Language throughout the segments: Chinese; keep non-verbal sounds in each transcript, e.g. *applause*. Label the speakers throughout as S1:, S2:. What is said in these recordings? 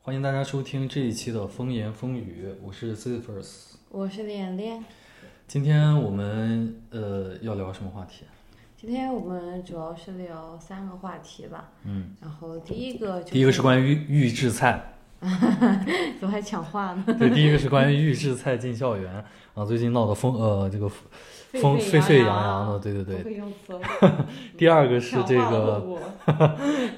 S1: 欢迎大家收听这一期的《风言风语》，我是 c i p h e r s
S2: 我是脸脸。
S1: 今天我们呃要聊什么话题？
S2: 今天我们主要是聊三个话题吧。
S1: 嗯。
S2: 然后第一个、就是，
S1: 第一个是关于预制菜， *laughs*
S2: 怎么还抢话呢？
S1: 对，第一个是关于预制菜进校园啊，最近闹得风呃这个风沸
S2: 沸
S1: 沸
S2: 扬
S1: 扬扬的，对对
S2: 不
S1: 对。
S2: 会用词了。
S1: 第二个是
S2: 抢
S1: 这
S2: 话了
S1: 个，
S2: 我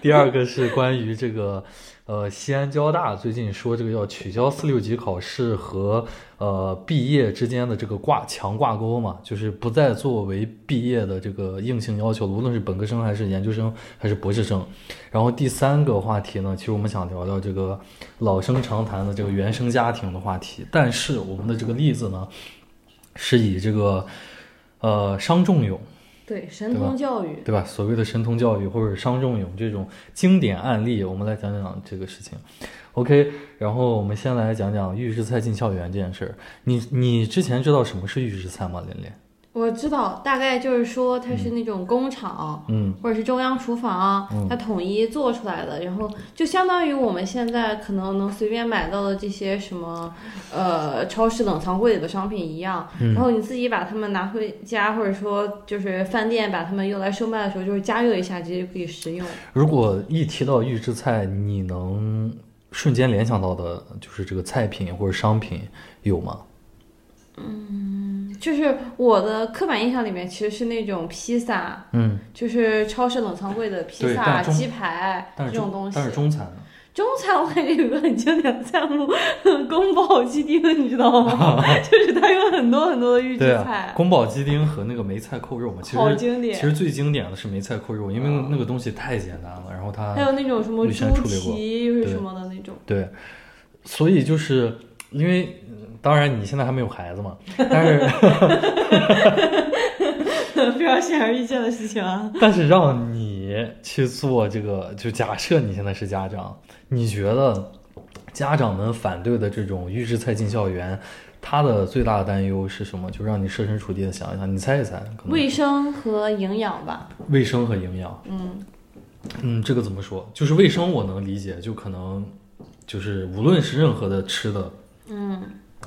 S1: 第二个是关于这个，呃，西安交大最近说这个要取消四六级考试和呃毕业之间的这个挂强挂钩嘛，就是不再作为毕业的这个硬性要求了，无论是本科生还是研究生还是博士生。然后第三个话题呢，其实我们想聊聊这个老生常谈的这个原生家庭的话题，但是我们的这个例子呢，是以这个呃商仲永。
S2: 对神通教育，
S1: 对吧？所谓的神童教育或者商仲永这种经典案例，我们来讲讲这个事情。OK，然后我们先来讲讲预制菜进校园这件事儿。你你之前知道什么是预制菜吗？琳琳？
S2: 我知道，大概就是说它是那种工厂。
S1: 嗯，
S2: 或者是中央厨房
S1: 嗯，
S2: 它统一做出来的，然后就相当于我们现在可能能随便买到的这些什么，呃，超市冷藏柜里的商品一样，然后你自己把它们拿回家，或者说就是饭店把它们用来售卖的时候，就是加热一下，直接就可以食用。
S1: 如果一提到预制菜，你能瞬间联想到的就是这个菜品或者商品有吗？
S2: 就是我的刻板印象里面，其实是那种披萨，
S1: 嗯，
S2: 就是超市冷藏柜的披
S1: 对但
S2: 萨、
S1: 是中
S2: 鸡排
S1: 但
S2: 这
S1: 是
S2: 种
S1: 中
S2: 东西
S1: 但。是中餐呢？
S2: 中餐我感觉有个很经典的菜目， *laughs* 宫保鸡丁，你知道
S1: *laughs*
S2: 吗？就是它有很多很多的预制
S1: 对啊，
S2: 菜，
S1: 宫保鸡丁和那个梅菜扣肉嘛，其
S2: 好
S1: 实
S2: 经
S1: 其
S2: 典。
S1: 实最经典的是梅菜扣肉，因为那个那个东西太简单了，然后它
S2: 还有那种什么
S1: 吕
S2: 猪
S1: 珊处理过
S2: 蹄又是
S1: 对
S2: 什么的那种，
S1: 对，所以就是因为，嗯当然你现在还没有孩子嘛，但是
S2: *laughs* 非常显而易见的事情啊。
S1: 但是让你去做这个，就假设你现在是家长，你觉得家长们反对的这种预制菜进校园，他的最大的担忧是什么？就让你设身处地的想一想，你猜一猜，可能
S2: 卫生和营养吧，
S1: 卫生和营养，
S2: 嗯，
S1: 嗯，这个怎么说？就是卫生我能理解，就可能就是无论是任何的吃的，
S2: 嗯，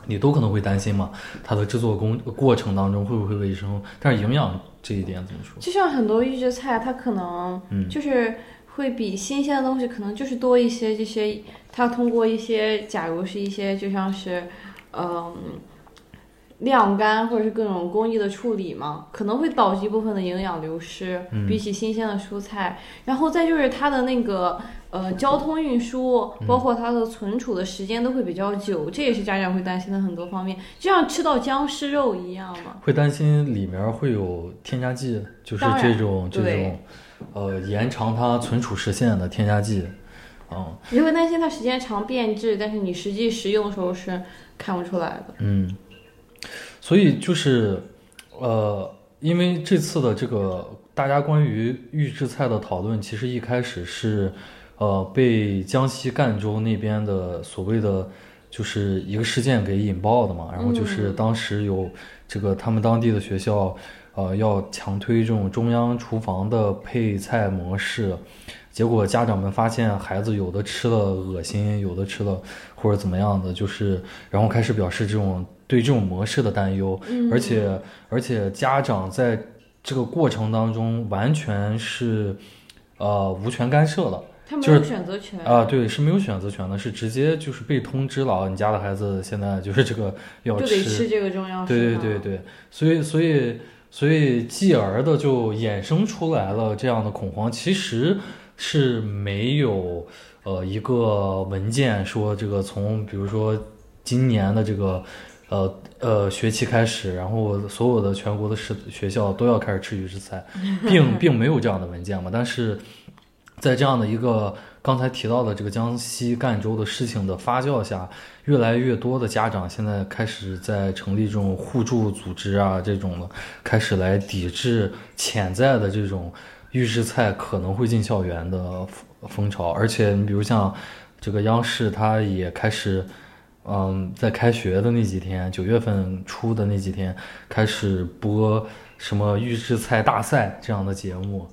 S1: 你都可能会担心嘛，它的制作工过程当中会不会卫生？但是营养这一点怎么说？
S2: 就像很多预制菜，它可能
S1: 嗯
S2: 就是会比新鲜的东西可能就是多一些这些，它通过一些，假如是一些就像是，嗯。晾干或者是各种工艺的处理嘛，可能会导致一部分的营养流失，
S1: 嗯
S2: 比起新鲜的蔬菜。然后再就是它的那个呃交通运输，
S1: 嗯
S2: 包括它的存储的时间都会比较久，这也是家长会担心的很多方面，就像吃到僵尸肉一样嘛。
S1: 会担心里面会有添加剂，就是
S2: 当然
S1: 这种这种
S2: 对，
S1: 呃，延长它存储时限的添加剂，嗯
S2: 你会担心它时间长变质，但是你实际食用的时候是看不出来的。
S1: 嗯，所以就是呃，因为这次的这个大家关于预制菜的讨论，其实一开始是呃被江西赣州那边的所谓的就是一个事件给引爆的嘛，然后就是当时有这个他们当地的学校呃要强推这种中央厨房的配菜模式。结果家长们发现孩子有的吃了恶心，有的吃了或者怎么样的，就是然后开始表示这种对这种模式的担忧，
S2: 嗯
S1: 而且而且家长在这个过程当中完全是呃无权干涉的
S2: 它没
S1: 就是
S2: 有选择权。
S1: 啊、对，是没有选择权的，是直接就是被通知了啊，你家的孩子现在就是这个要
S2: 就得吃这个中药
S1: 对对对对，所以所以所以继而的就衍生出来了这样的恐慌，其实是没有呃一个文件说这个从比如说今年的这个呃呃学期开始，然后所有的全国的市学校都要开始吃预制菜，并并没有这样的文件嘛，但是。在这样的一个刚才提到的这个江西赣州的事情的发酵下，越来越多的家长现在开始在成立这种互助组织啊，这种的开始来抵制潜在的这种预制菜可能会进校园的风风潮。而且你比如像这个央视，它也开始，嗯，在开学的那几天，九月份初的那几天，开始播什么预制菜大赛这样的节目。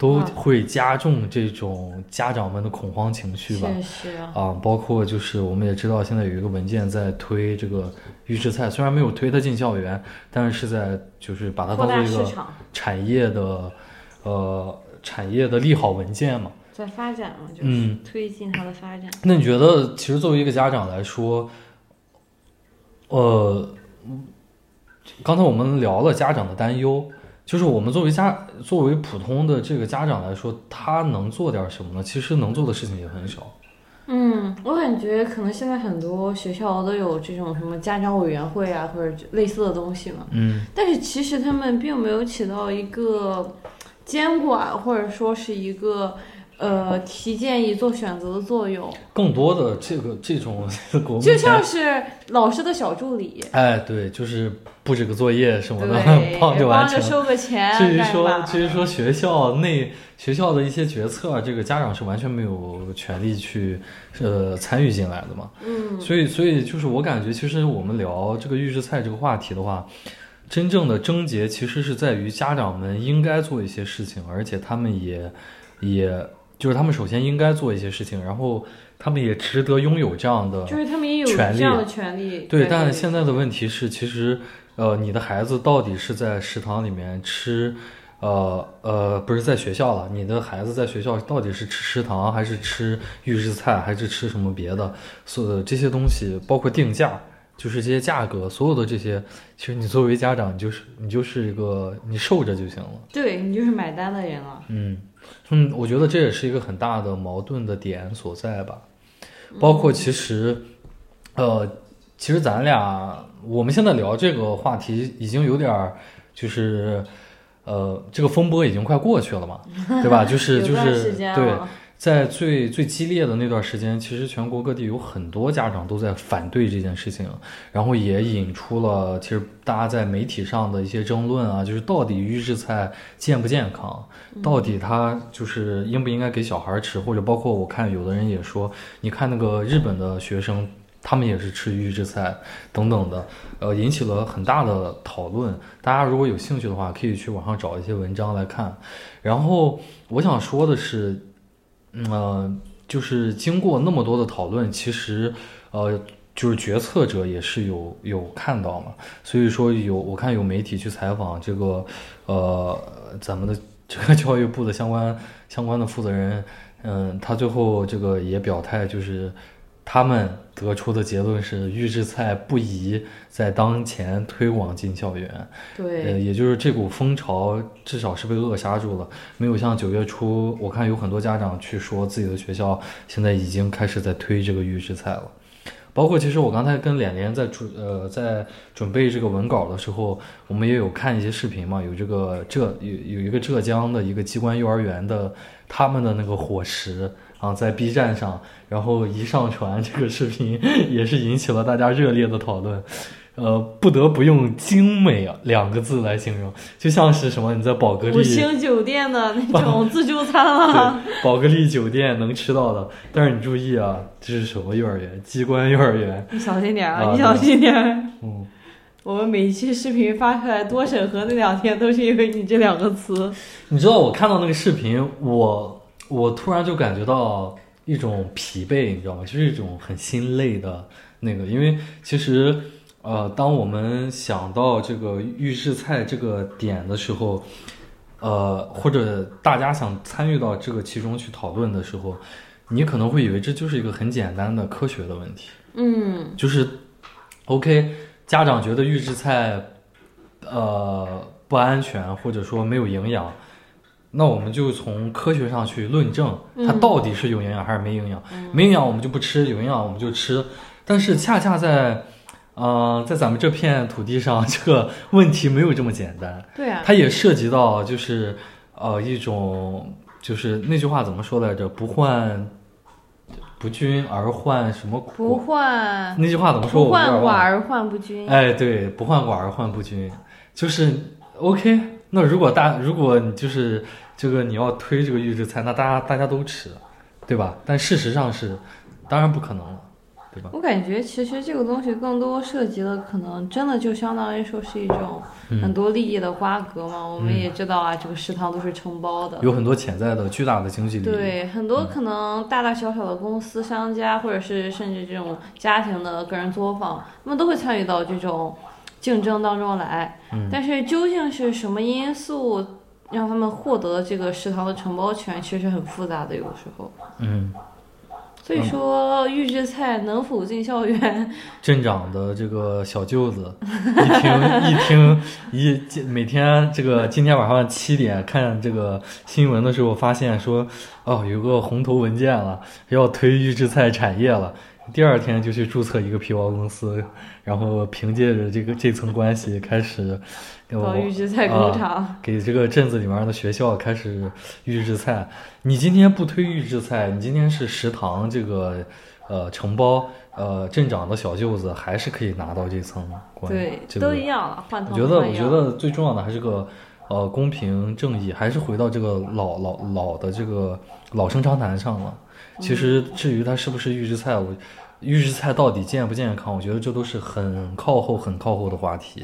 S1: 都
S2: 嗯
S1: 会加重这种家长们的恐慌情绪吧。
S2: 确实啊，
S1: 啊，包括就是我们也知道，现在有一个文件在推这个预制菜，虽然没有推它进校园，但是是在就是把它
S2: 扩
S1: 当做
S2: 大
S1: 一
S2: 市
S1: 个
S2: 场，
S1: 产业的呃产业的利好文件嘛。
S2: 在发展嘛，就是、
S1: 嗯，
S2: 推进它的发展。
S1: 那你觉得，其实作为一个家长来说，呃，刚才我们聊了家长的担忧，就是我们作为家作为普通的这个家长来说，他能做点什么呢？其实能做的事情也很少。
S2: 嗯，我感觉可能现在很多学校都有这种什么家长委员会啊，或者类似的东西嘛。
S1: 嗯
S2: 但是其实他们并没有起到一个监管，或者说是一个呃提建议、做选择的作用，
S1: 更多的这个这
S2: *laughs*
S1: 种，我们
S2: 就
S1: 才
S2: 像是老师的小助理，
S1: 哎，对，就是布置个作业什么的，
S2: 对，
S1: *laughs* 帮着完
S2: 帮
S1: 成
S2: 着。收个钱，
S1: 至于
S2: 干
S1: 说，
S2: 嘛
S1: 至于说学校内学校的一些决策啊，这个家长是完全没有权利去呃参与进来的嘛。
S2: 嗯，
S1: 所以，所以就是我感觉，其实我们聊这个预制菜这个话题的话，真正的症结其实是在于家长们应该做一些事情，而且他们也也就是他们首先应该做一些事情，然后他们也值得拥有这样的
S2: 就是他们也有
S1: 权利啊
S2: 这样的权利。
S1: 对，但现在的问题是，其实呃，你的孩子到底是在食堂里面吃，呃呃，不是在学校了，你的孩子在学校到底是吃食堂，还是吃预制菜，还是吃什么别的？所有的这些东西，包括定价。就是这些价格，所有的这些，其实你作为家长，你就是你就是一个你受着就行了。
S2: 对你就是买单的人啊了。
S1: 嗯嗯，我觉得这也是一个很大的矛盾的点所在吧。包括其实，呃，其实咱俩我们现在聊这个话题已经有点儿，就是呃，这个风波已经快过去了嘛，对吧？就是
S2: *laughs* 有
S1: 就
S2: 段
S1: 是
S2: 时间啊
S1: 对，
S2: 了
S1: 在最最激烈的那段时间，其实全国各地有很多家长都在反对这件事情，然后也引出了其实大家在媒体上的一些争论啊，就是到底预制菜健不健康，到底它就是应不应该给小孩吃，或者包括我看有的人也说，你看那个日本的学生，他们也是吃预制菜等等的，呃，引起了很大的讨论。大家如果有兴趣的话，可以去网上找一些文章来看。然后我想说的是。嗯、呃，就是经过那么多的讨论，其实呃，就是决策者也是有有看到嘛，所以说有我看有媒体去采访这个呃咱们的这个教育部的相关相关的负责人，嗯、他最后这个也表态就是。他们得出的结论是，预制菜不宜在当前推广进校园。呃，
S2: 对，
S1: 也就是这股风潮至少是被扼杀住了，没有像九月初，我看有很多家长去说自己的学校现在已经开始在推这个预制菜了。包括其实我刚才跟脸脸在准呃在准备这个文稿的时候，我们也有看一些视频嘛，有这个浙有有一个浙江的一个机关幼儿园的他们的那个伙食啊，在 B 站上，然后一上传这个视频，也是引起了大家热烈的讨论。呃，不得不用“精美”两个字来形容，就像是什么你在宝格丽
S2: 五星酒店的那
S1: *laughs*
S2: 种自助餐啊，
S1: 对，宝格丽酒店能吃到的。但是你注意啊，这是什么幼儿园？机关幼儿园。
S2: 你小心点儿
S1: 啊
S2: 啊，你小心点儿。
S1: 嗯，
S2: 我们每一期视频发出来多审核那两天，都是因为你这两个词。
S1: 你知道我看到那个视频，我我突然就感觉到一种疲惫，你知道吗？就是一种很心累的那个，因为其实呃，当我们想到这个预制菜这个点的时候，呃，或者大家想参与到这个其中去讨论的时候，你可能会以为这就是一个很简单的科学的问题。
S2: 嗯，
S1: 就是 OK，家长觉得预制菜呃不安全，或者说没有营养，那我们就从科学上去论证它
S2: 嗯
S1: 到底是有营养还是没营养。没营养我们就不吃，有营养我们就吃。但是恰恰在呃，在咱们这片土地上，这个问题没有这么简单，
S2: 对啊，
S1: 它也涉及到就是呃一种就是那句话怎么说来着？不患不均而患什么苦
S2: 不？患
S1: 那句话怎么说？
S2: 不
S1: 我有
S2: 患
S1: 点
S2: 寡
S1: 忘了。
S2: 而患不均。
S1: 哎，对，不患寡而患不均，就是 OK。那如果大，如果你就是这个你要推这个预制菜，那大家大家都吃，对吧？但事实上是，当然不可能了。对吧？
S2: 我感觉其实这个东西更多涉及的，可能真的就相当于说是一种很多利益的瓜葛嘛。我们也知道啊，这个食堂都是承包的，
S1: 有很多潜在的巨大的经济利益。
S2: 对，很多可能大大小小的公司、商家，或者是甚至这种家庭的个人作坊，他们都会参与到这种竞争当中来。但是究竟是什么因素让他们获得这个食堂的承包权，其实很复杂的，有时候。
S1: 嗯，
S2: 所以说，预制菜能否进校园？
S1: 镇长的这个小舅子，一听一听一今每天这个今天晚上七点看这个新闻的时候，发现说哦有个红头文件了，要推预制菜产业了。第二天就去注册一个皮包公司，然后凭借着这个这层关系开始给我
S2: 搞预制菜工厂。
S1: 给这个镇子里面的学校开始预制菜。你今天不推预制菜，你今天是食堂这个呃承包呃镇长的小舅子，还是可以拿到这层关。
S2: 对，
S1: 这
S2: 都
S1: 个
S2: 一样了，换
S1: 我
S2: 汤
S1: 觉得
S2: 不换
S1: 我觉
S2: 药。
S1: 得最重要的还是个呃公平正义，还是回到这个老老老的这个老生常谈上了。其实至于它是不是预制菜，我。预制菜到底健不健康？我觉得这都是很靠后、很靠后的话题。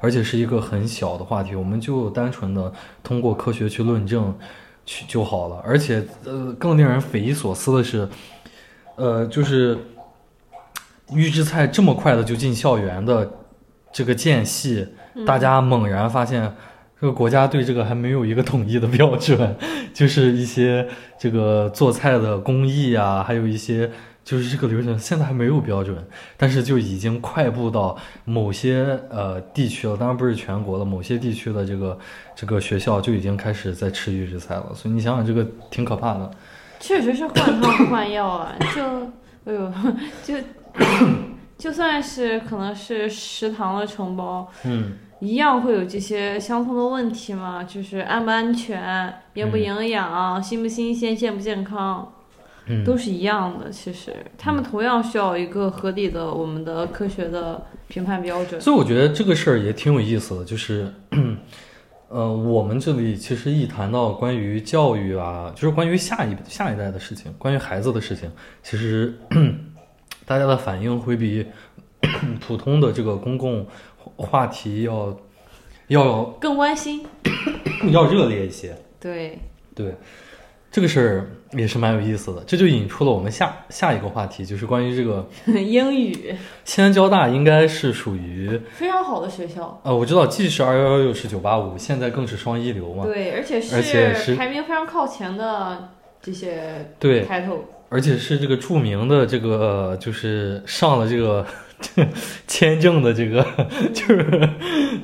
S1: 而且是一个很小的话题，我们就单纯的通过科学去论证去就好了。而且，呃，更令人匪夷所思的是，呃，就是预制菜这么快的就进校园的这个间隙，大家猛然发现。这个国家对这个还没有一个统一的标准，就是一些这个做菜的工艺啊，还有一些就是这个流程，现在还没有标准。但是就已经快步到某些呃地区了，当然不是全国了，某些地区的这个这个学校就已经开始在吃预制菜了，所以你想想这个挺可怕的。
S2: 确实是换汤不换药啊！就，哎呦，就就算是可能是食堂的承包，
S1: 嗯
S2: 一样会有这些相同的问题嘛，就是安不安全、营不营养、新不新鲜、健不健康，
S1: 嗯，
S2: 都是一样的。其实他们同样需要一个合理的我们的科学的评判标准。
S1: 所以我觉得这个事儿也挺有意思的，就是， *clears throat* 呃，我们这里其实一谈到关于教育啊，就是关于下一下一代的事情，关于孩子的事情，其实 *clears throat* 大家的反应会比 *clears throat* 普通的这个公共话题要要
S2: 更关心，
S1: 要热烈一些。
S2: 对， *laughs*
S1: 对，这个事儿也是蛮有意思的，这就引出了我们下下一个话题，就是关于这个
S2: 英语
S1: 西安交大应该是属于
S2: 非常好的学校。
S1: 呃，我知道既是二幺幺又是九八五，现在更是双一流嘛。
S2: 对，而且是
S1: 而且是
S2: 排名非常靠前的这些
S1: 对，
S2: 开头，
S1: 而且是这个著名的这个，呃就是上了这个 *laughs* 这签证的这个， *laughs* 就是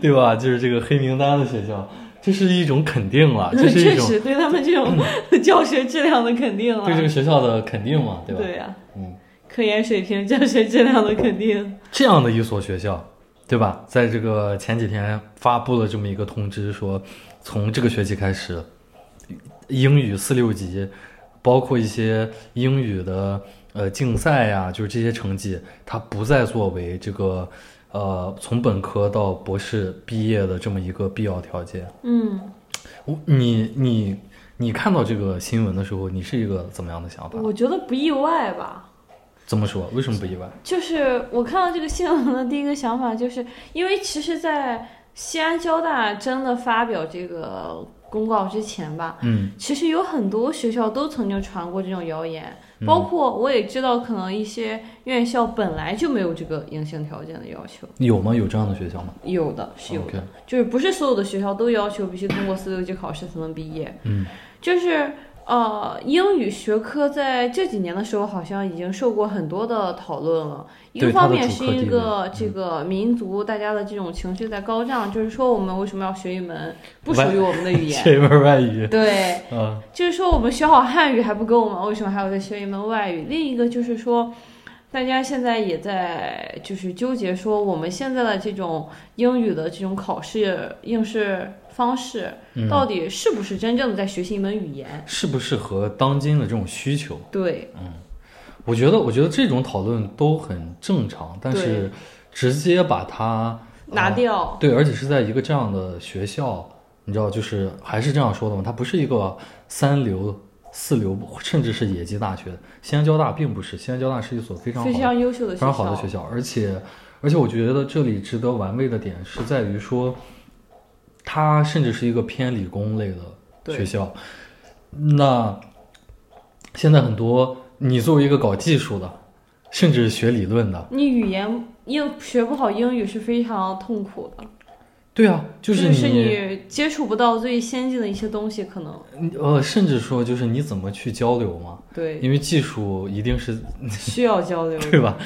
S1: 对吧？就是这个黑名单的学校，这是一种肯定了，啊这是一
S2: 嗯 *laughs* 确
S1: 种嗯
S2: 实对他们这种 *laughs* 教学质量的肯定了。
S1: 对这个学校的肯定嘛，对吧？
S2: 对呀、
S1: 嗯，
S2: 科研水平、教学质量的肯定。
S1: 这样的一所学校，对吧？在这个前几天发布了这么一个通知说，从这个学期开始，英语四六级，包括一些英语的呃竞赛呀、就是这些成绩，它不再作为这个呃从本科到博士毕业的这么一个必要条件。
S2: 嗯，
S1: 我你你你看到这个新闻的时候，你是一个怎么样的想法？
S2: 我觉得不意外吧。
S1: 怎么说？为什么不意外？
S2: 就是我看到这个新闻的第一个想法，就是因为其实，在西安交大真的发表这个公告之前吧，
S1: 嗯
S2: 其实有很多学校都曾经传过这种谣言，
S1: 嗯
S2: 包括我也知道，可能一些院校本来就没有这个硬性条件的要求，
S1: 有吗？有这样的学校吗？
S2: 有的是有的
S1: OK
S2: 就是不是所有的学校都要求必须通过四六级考试才能毕业，
S1: 嗯，
S2: 就是呃，英语学科在这几年的时候好像已经受过很多的讨论了。一
S1: 对
S2: 个
S1: 它
S2: 方
S1: 的
S2: 面
S1: 主
S2: 是
S1: 科
S2: 一
S1: 地嗯
S2: 个这个民族大家的这种情绪在高涨，就是说我们为什么要学一门不属
S1: 外
S2: 于我们的语
S1: *laughs*
S2: 言？
S1: 这门外语，
S2: 对，
S1: 嗯
S2: 就是说我们学好汉语还不够吗？为什么还要再学一门外语？另一个就是说，大家现在也在就是纠结说，我们现在的这种英语的这种考试应试方式，
S1: 嗯。
S2: 到底是不是真正的在学习一门语言？
S1: 适不适合当今的这种需求？
S2: 对，
S1: 我觉得，我觉得这种讨论都很正常，但是直接把它
S2: 拿掉。
S1: 对，而且是在一个这样的学校，你知道，就是还是这样说的嘛，它不是一个三流四流，甚至是野鸡大学。西安交大并不是，西安交大是一所非常好
S2: 非
S1: 的
S2: 常优秀的
S1: 非
S2: 学校，
S1: 常好的学校，而且而且我觉得这里值得玩味的点是在于说，它甚至是一个偏理工类的
S2: 对
S1: 学校。那现在很多你作为一个搞技术的，甚至学理论的，
S2: 你语言英学不好英语是非常痛苦的，
S1: 对啊，就
S2: 就是你接触不到最先进的一些东西，可能
S1: 你呃，甚至说就是你怎么去交流嘛，
S2: 对
S1: 因为技术一定是。
S2: 需要交流
S1: 对吧？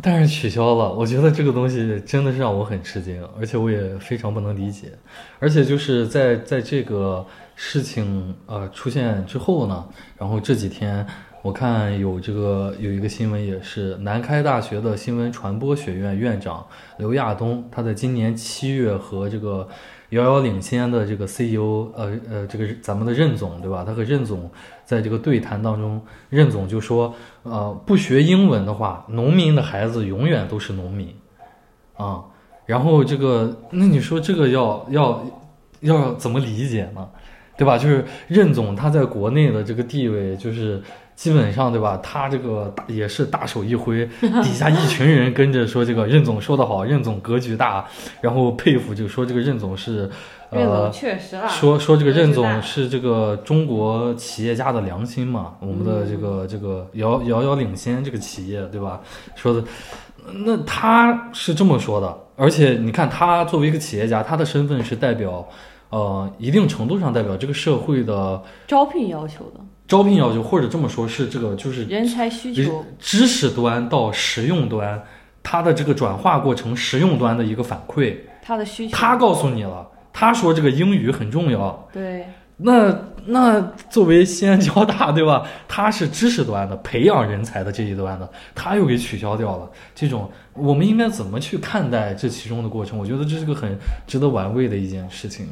S1: 但是取消了，我觉得这个东西真的是让我很吃惊，而且我也非常不能理解。而且就是在在这个事情呃出现之后呢，然后这几天我看有这个有一个新闻，也是南开大学的新闻传播学院院长刘亚东，他在今年七月和这个遥遥领先的这个 CEO 呃呃这个咱们的任总对吧？他和任总在这个对谈当中，任总就说。呃，不学英文的话，农民的孩子永远都是农民，啊，然后这个，那你说这个要要要怎么理解呢？对吧？就是任总他在国内的这个地位，就是基本上对吧？他这个大也是大手一挥，底下一群人跟着说这个任总说得好，任总格局大，然后佩服就说这个任总是， *laughs* 呃，
S2: 任总确实啦，
S1: 说说这个任
S2: 我知
S1: 总
S2: 道
S1: 是这个中国企业家的良心嘛，我们的这个这个遥遥遥领先这个企业，对吧？说的，那他是这么说的，而且你看他作为一个企业家，他的身份是代表，呃，一定程度上代表这个社会的
S2: 招聘要求的
S1: 招聘要求，或者这么说，是这个就是
S2: 人才需
S1: 人
S2: 求，
S1: 知识端到实用端，它的这个转化过程实用端的一个反馈，
S2: 他的需求，
S1: 他告诉你了，他说这个英语很重要。
S2: 对
S1: 那那作为西安交大，对吧？它是知识端的，培养人才的这一端的，它又给取消掉了。这种我们应该怎么去看待这其中的过程？我觉得这是个很值得玩味的一件事情。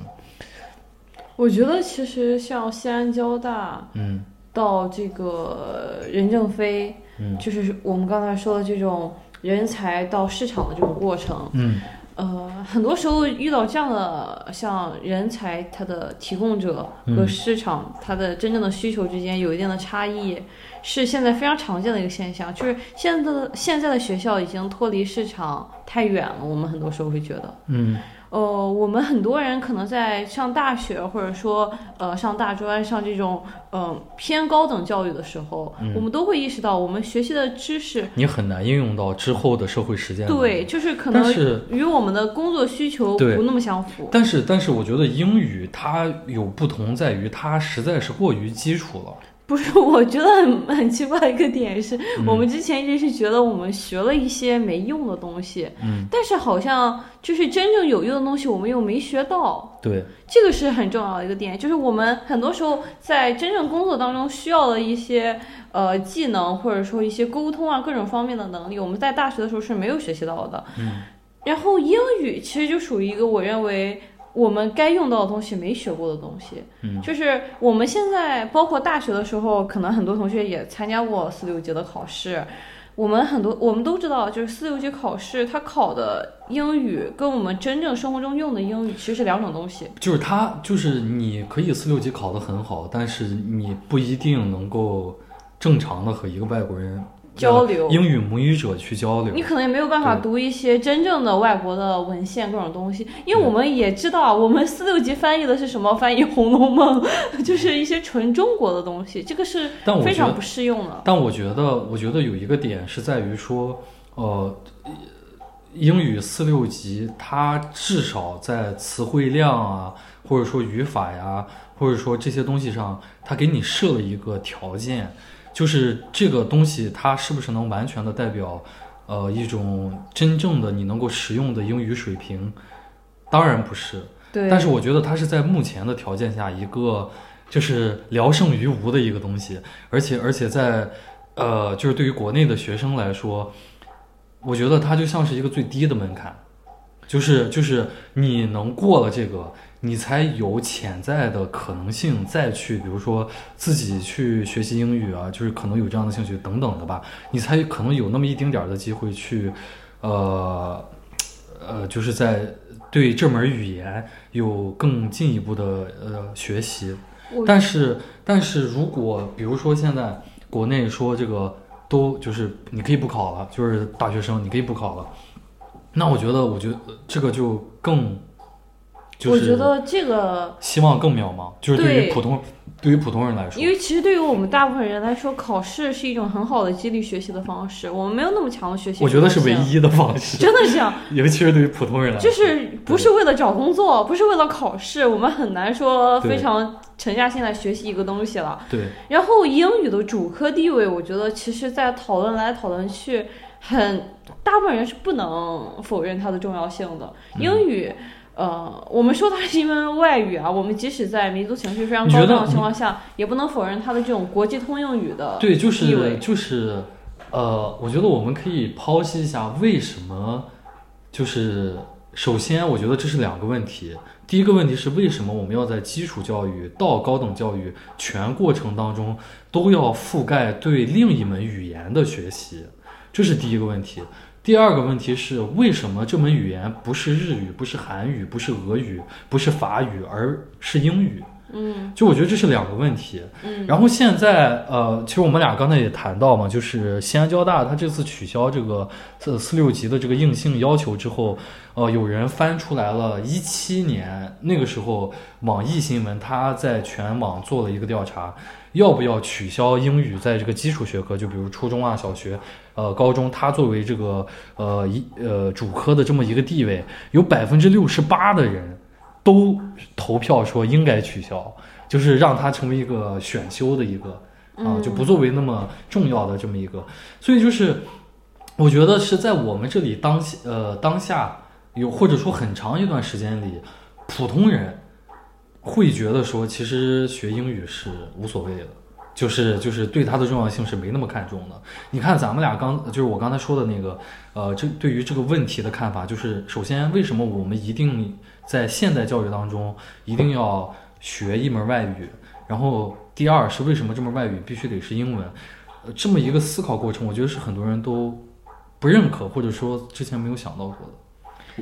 S2: 我觉得其实像西安交大
S1: 嗯
S2: 到这个任正非，
S1: 嗯
S2: 就是我们刚才说的这种人才到市场的这种过程，
S1: 嗯
S2: 呃，很多时候遇到这样的像人才它的提供者和
S1: 嗯
S2: 市场它的真正的需求之间有一定的差异，是现在非常常见的一个现象。就是现在的现在的学校已经脱离市场太远了，我们很多时候会觉得。
S1: 嗯
S2: 呃，我们很多人可能在上大学，或者说呃上大专、上这种呃偏高等教育的时候，
S1: 嗯
S2: 我们都会意识到，我们学习的知识，
S1: 你很难应用到之后的社会实践。
S2: 对，，就是可
S1: 但
S2: 能
S1: 是
S2: 与我们的工作需求
S1: 对
S2: 不那么相符。
S1: 但是但是，我觉得英语它有不同，在于它实在是过于基础了。
S2: 不是，我觉得很 *laughs* 很奇怪的一个点是，
S1: 嗯
S2: 我们之前一直是觉得我们学了一些没用的东西，
S1: 嗯，
S2: 但是好像就是真正有用的东西，我们又没学到。
S1: 对，
S2: 这个是很重要的一个点，就是我们很多时候在真正工作当中需要的一些呃技能，或者说一些沟通啊各种方面的能力，我们在大学的时候是没有学习到的。
S1: 嗯，
S2: 然后英语其实就属于一个我认为我们该用到的东西没学过的东西。
S1: 嗯
S2: 就是我们现在包括大学的时候，可能很多同学也参加过四六级的考试。我们很多我们都知道，就是四六级考试，它考的英语跟我们真正生活中用的英语其实是两种东西。
S1: 就是它，就是你可以四六级考得很好，但是你不一定能够正常的和一个外国人
S2: 交流
S1: 呃英语母语者去交
S2: 你
S1: 流。
S2: 可能也没有办法
S1: 对
S2: 读一些真正的外国的文献各种东西，因为我们也知道，我们四六级翻译的是什么？翻译《红楼梦》， *laughs* 就是一些纯中国的东西，这个是
S1: 但我
S2: 非
S1: 觉
S2: 常
S1: 得，
S2: 不适用的。
S1: 但我觉得，我觉得有一个点是在于说，呃，英语四六级它至少在词汇量啊，或者说语法呀，或者说这些东西上，它给你设了一个条件，就是这个东西它是不是能完全的代表，呃，一种真正的你能够使用的英语水平？当然不是，
S2: 对，
S1: 但是我觉得它是在目前的条件下一个就是聊胜于无的一个东西，而且而且在呃，就是对于国内的学生来说，我觉得它就像是一个最低的门槛，就是就是你能过了这个，你才有潜在的可能性再去，比如说自己去学习英语啊，就是可能有这样的兴趣等等的吧，你才可能有那么一丁点儿的机会去，呃呃，就是在对这门语言有更进一步的呃学习。
S2: 我
S1: 但是，但是如果比如说现在国内说这个都就是你可以不考了，就是大学生你可以不考了，那我觉得，我觉得这个就更，就
S2: 我觉
S1: 是
S2: 得这个，
S1: 希望更渺茫，就是对于
S2: 对
S1: 普通对于普通人来说
S2: 因，为其实对于我们大部分人来说，考试是一种很好的激励学习的方式。我们没有那么强的学习，
S1: 我觉得是唯，一的方式， *laughs*
S2: 真的是这样。
S1: 尤其是对于普通人来
S2: 就
S1: 说，
S2: 是不是为了找工作，不是为了考试，我们很难说非常沉下心来学习一个东西了。
S1: 对
S2: 然后英语的主科地位，我觉得其实，在讨论来讨论去，很大部分人是不能否认它的重要性的。
S1: 嗯
S2: 英语，呃，我们说它是一门外语啊，我们即使在民族情绪非常
S1: 你
S2: 高
S1: 觉得
S2: 涨的情况下，也不能否认它的这种国际通用语的。
S1: 对，就
S2: 地
S1: 是
S2: 位
S1: 就是，呃，我觉得我们可以剖析一下为什么，就是首先，我觉得这是两个问题。第一个问题是为什么我们要在基础教育到高等教育全过程当中都要覆盖对另一门语言的学习，这是第一个问题。第二个问题是为什么这门语言不是日语、不是韩语、不是俄语、不是法语，而是英语？
S2: 嗯
S1: 就我觉得这是两个问题。
S2: 嗯
S1: 然后现在，呃，其实我们俩刚才也谈到嘛，就是西安交大它这次取消这个呃四六级的这个硬性要求之后，呃，有人翻出来了一七年那个时候，网易新闻它在全网做了一个调查，要不要取消英语在这个基础学科，就比如初中啊、小学、呃、高中，它作为这个呃一呃主科的这么一个地位，有百分之六十八的人都投票说应该取消，就是让它成为一个选修的一个啊、
S2: 嗯
S1: 就不作为那么重要的这么一个，所以就是我觉得是在我们这里当下呃当下有或者说很长一段时间里，普通人会觉得说，其实学英语是无所谓的。就是就是对它的重要性是没那么看重的。你看咱们俩刚就是我刚才说的那个，呃，这对于这个问题的看法，就是首先为什么我们一定在现代教育当中一定要学一门外语，然后第二是为什么这门外语必须得是英文，呃，这么一个思考过程，我觉得是很多人都不认可或者说之前没有想到过的。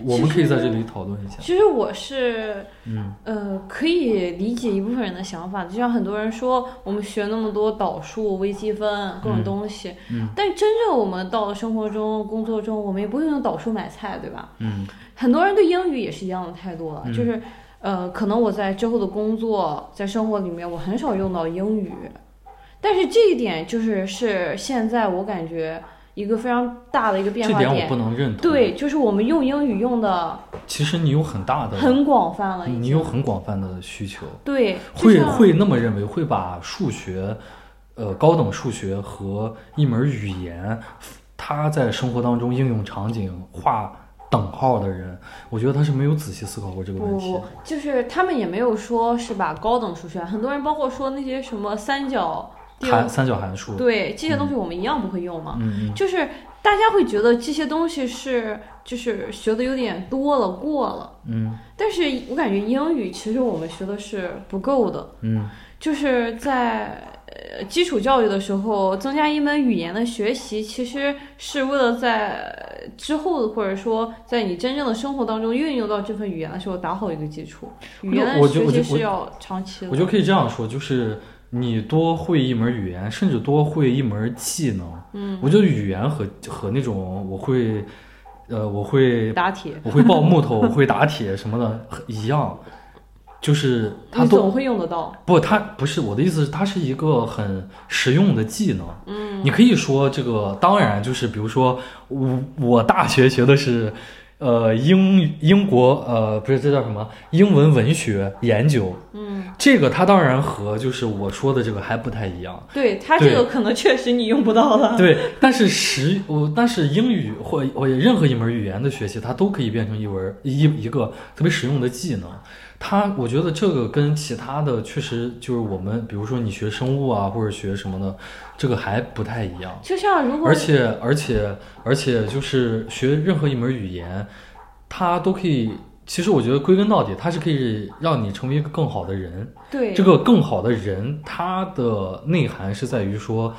S1: 我们可以在这里讨论一下。
S2: 其实我是
S1: 嗯
S2: 呃，可以理解一部分人的想法，就像很多人说，我们学那么多导数、微积分各
S1: 嗯
S2: 种东西，
S1: 嗯
S2: 但真正我们到了生活中、工作中，我们也不会用导数买菜，对吧？
S1: 嗯
S2: 很多人对英语也是一样的态度了，
S1: 嗯
S2: 就是呃，可能我在之后的工作、在生活里面，我很少用到英语，但是这一点就是是现在我感觉一个非常大的一个变
S1: 这
S2: 化
S1: 点我不能认同。
S2: 对，，就是我们用英语用的
S1: 其实你有很大的，
S2: 很广泛了，已
S1: 你
S2: 经
S1: 有很广泛的需求。
S2: 对，就
S1: 嗯会
S2: 像
S1: 会那么认为，会把数学，呃，高等数学和一门语言，它在生活当中应用场景划等号的人，我觉得他是没有仔细思考过这个
S2: 不
S1: 问
S2: 不
S1: 题
S2: 不。，就是他们也没有说是把高等数学，很多人包括说那些什么三角定
S1: 函三角函数，
S2: 对这些东西我们一样不会用嘛。
S1: 嗯嗯，
S2: 就是大家会觉得这些东西是就是学的有点多了过了，
S1: 嗯
S2: 但是我感觉英语其实我们学的是不够的，
S1: 嗯
S2: 就是在呃基础教育的时候增加一门语言的学习，其实是为了在呃之后或者说在你真正的生活当中运用到这份语言的时候打好一个基础。语言的
S1: 我觉得
S2: 学
S1: 我觉
S2: 习
S1: 得
S2: 是要长期的。
S1: 我觉得可以这样说，就是你多会一门语言，甚至多会一门技能。
S2: 嗯，
S1: 我觉得语言和和那种我会，呃，我会
S2: 打铁，
S1: 我会抱木头，我会打铁什么的很一样，就是它
S2: 你
S1: 都
S2: 总会用得到。
S1: 不，它不是我的意思是，它是一个很实用的技能。
S2: 嗯，
S1: 你可以说这个，当然就是比如说我我大学学的是，呃，英英国呃不是这叫什么英文文学研究，
S2: 嗯，
S1: 这个它当然和就是我说的这个还不太一样。
S2: 对，它这
S1: 对
S2: 个可能确实你用不到了。
S1: 对，但是实我但是英语或或者任何一门语言的学习，它都可以变成一门一一个特别实用的技能。它我觉得这个跟其他的确实就是我们，比如说你学生物啊或者学什么的，这个还不太一样。
S2: 就像如果
S1: 而且而且而且就是学任何一门语言，它都可以。其实我觉得归根到底，它是可以让你成为一个更好的人。
S2: 对
S1: 这个更好的人，他的内涵是在于说，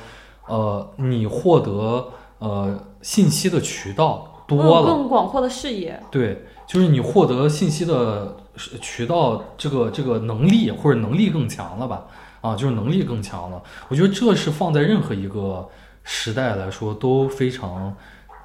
S1: 呃，你获得呃信息的渠道多
S2: 我
S1: 了，
S2: 有嗯更广阔的视野。
S1: 对，就是你获得信息的渠道这个这个能力或者能力更强了吧？啊，就是能力更强了。我觉得这是放在任何一个时代来说都非常，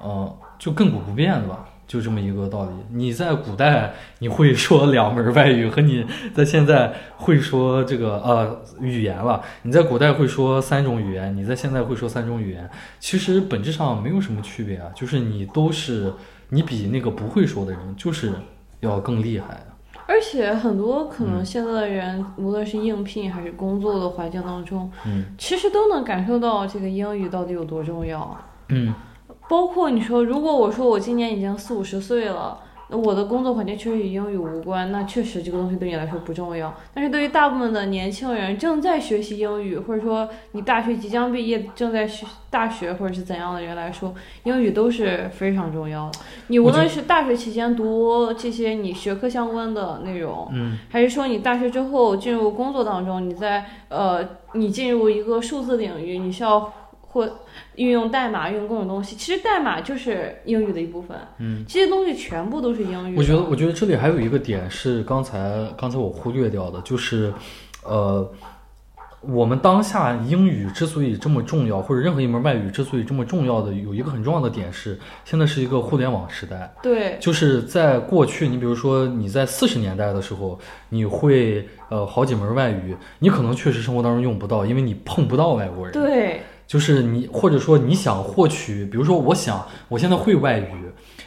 S1: 呃，就亘古不变的吧。就这么一个道理。你在古代你会说两门外语，和你在现在会说这个呃语言了。你在古代会说三种语言，你在现在会说三种语言，其实本质上没有什么区别啊，就是你都是你比那个不会说的人就是要更厉害啊的。
S2: 而且很多可
S1: 嗯
S2: 能现在的人，无论是应聘还是工作的环境当中，
S1: 嗯
S2: 其实都能感受到这个英语到底有多重要。啊
S1: 嗯
S2: 包括你说，如果我说我今年已经四五十岁了，那我的工作环境确实与英语无关，那确实这个东西对你来说不重要。但是对于大部分的年轻人正在学习英语，或者说你大学即将毕业，正在学大学或者是怎样的人来说，英语都是非常重要的。你无
S1: 我觉
S2: 论是大学期间读这些你学科相关的内容，
S1: 嗯
S2: 还是说你大学之后进入工作当中，你在呃，你进入一个数字领域，你需要或运用代码，运用各种东西。其实代码就是英语的一部分，
S1: 嗯，
S2: 这些东西全部都是英语。
S1: 我觉得，我觉得这里还有一个点是刚才刚才我忽略掉的，就是，呃，我们当下英语之所以这么重要，或者任何一门外语之所以这么重要的，有一个很重要的点是，现在是一个互联网时代。
S2: 对，
S1: 就是在过去，你比如说你在四十年代的时候，你会呃好几门外语，你可能确实生活当中用不到，因为你碰不到外国人。
S2: 对，
S1: 就是你或者说你想获取，比如说我想我现在会外语，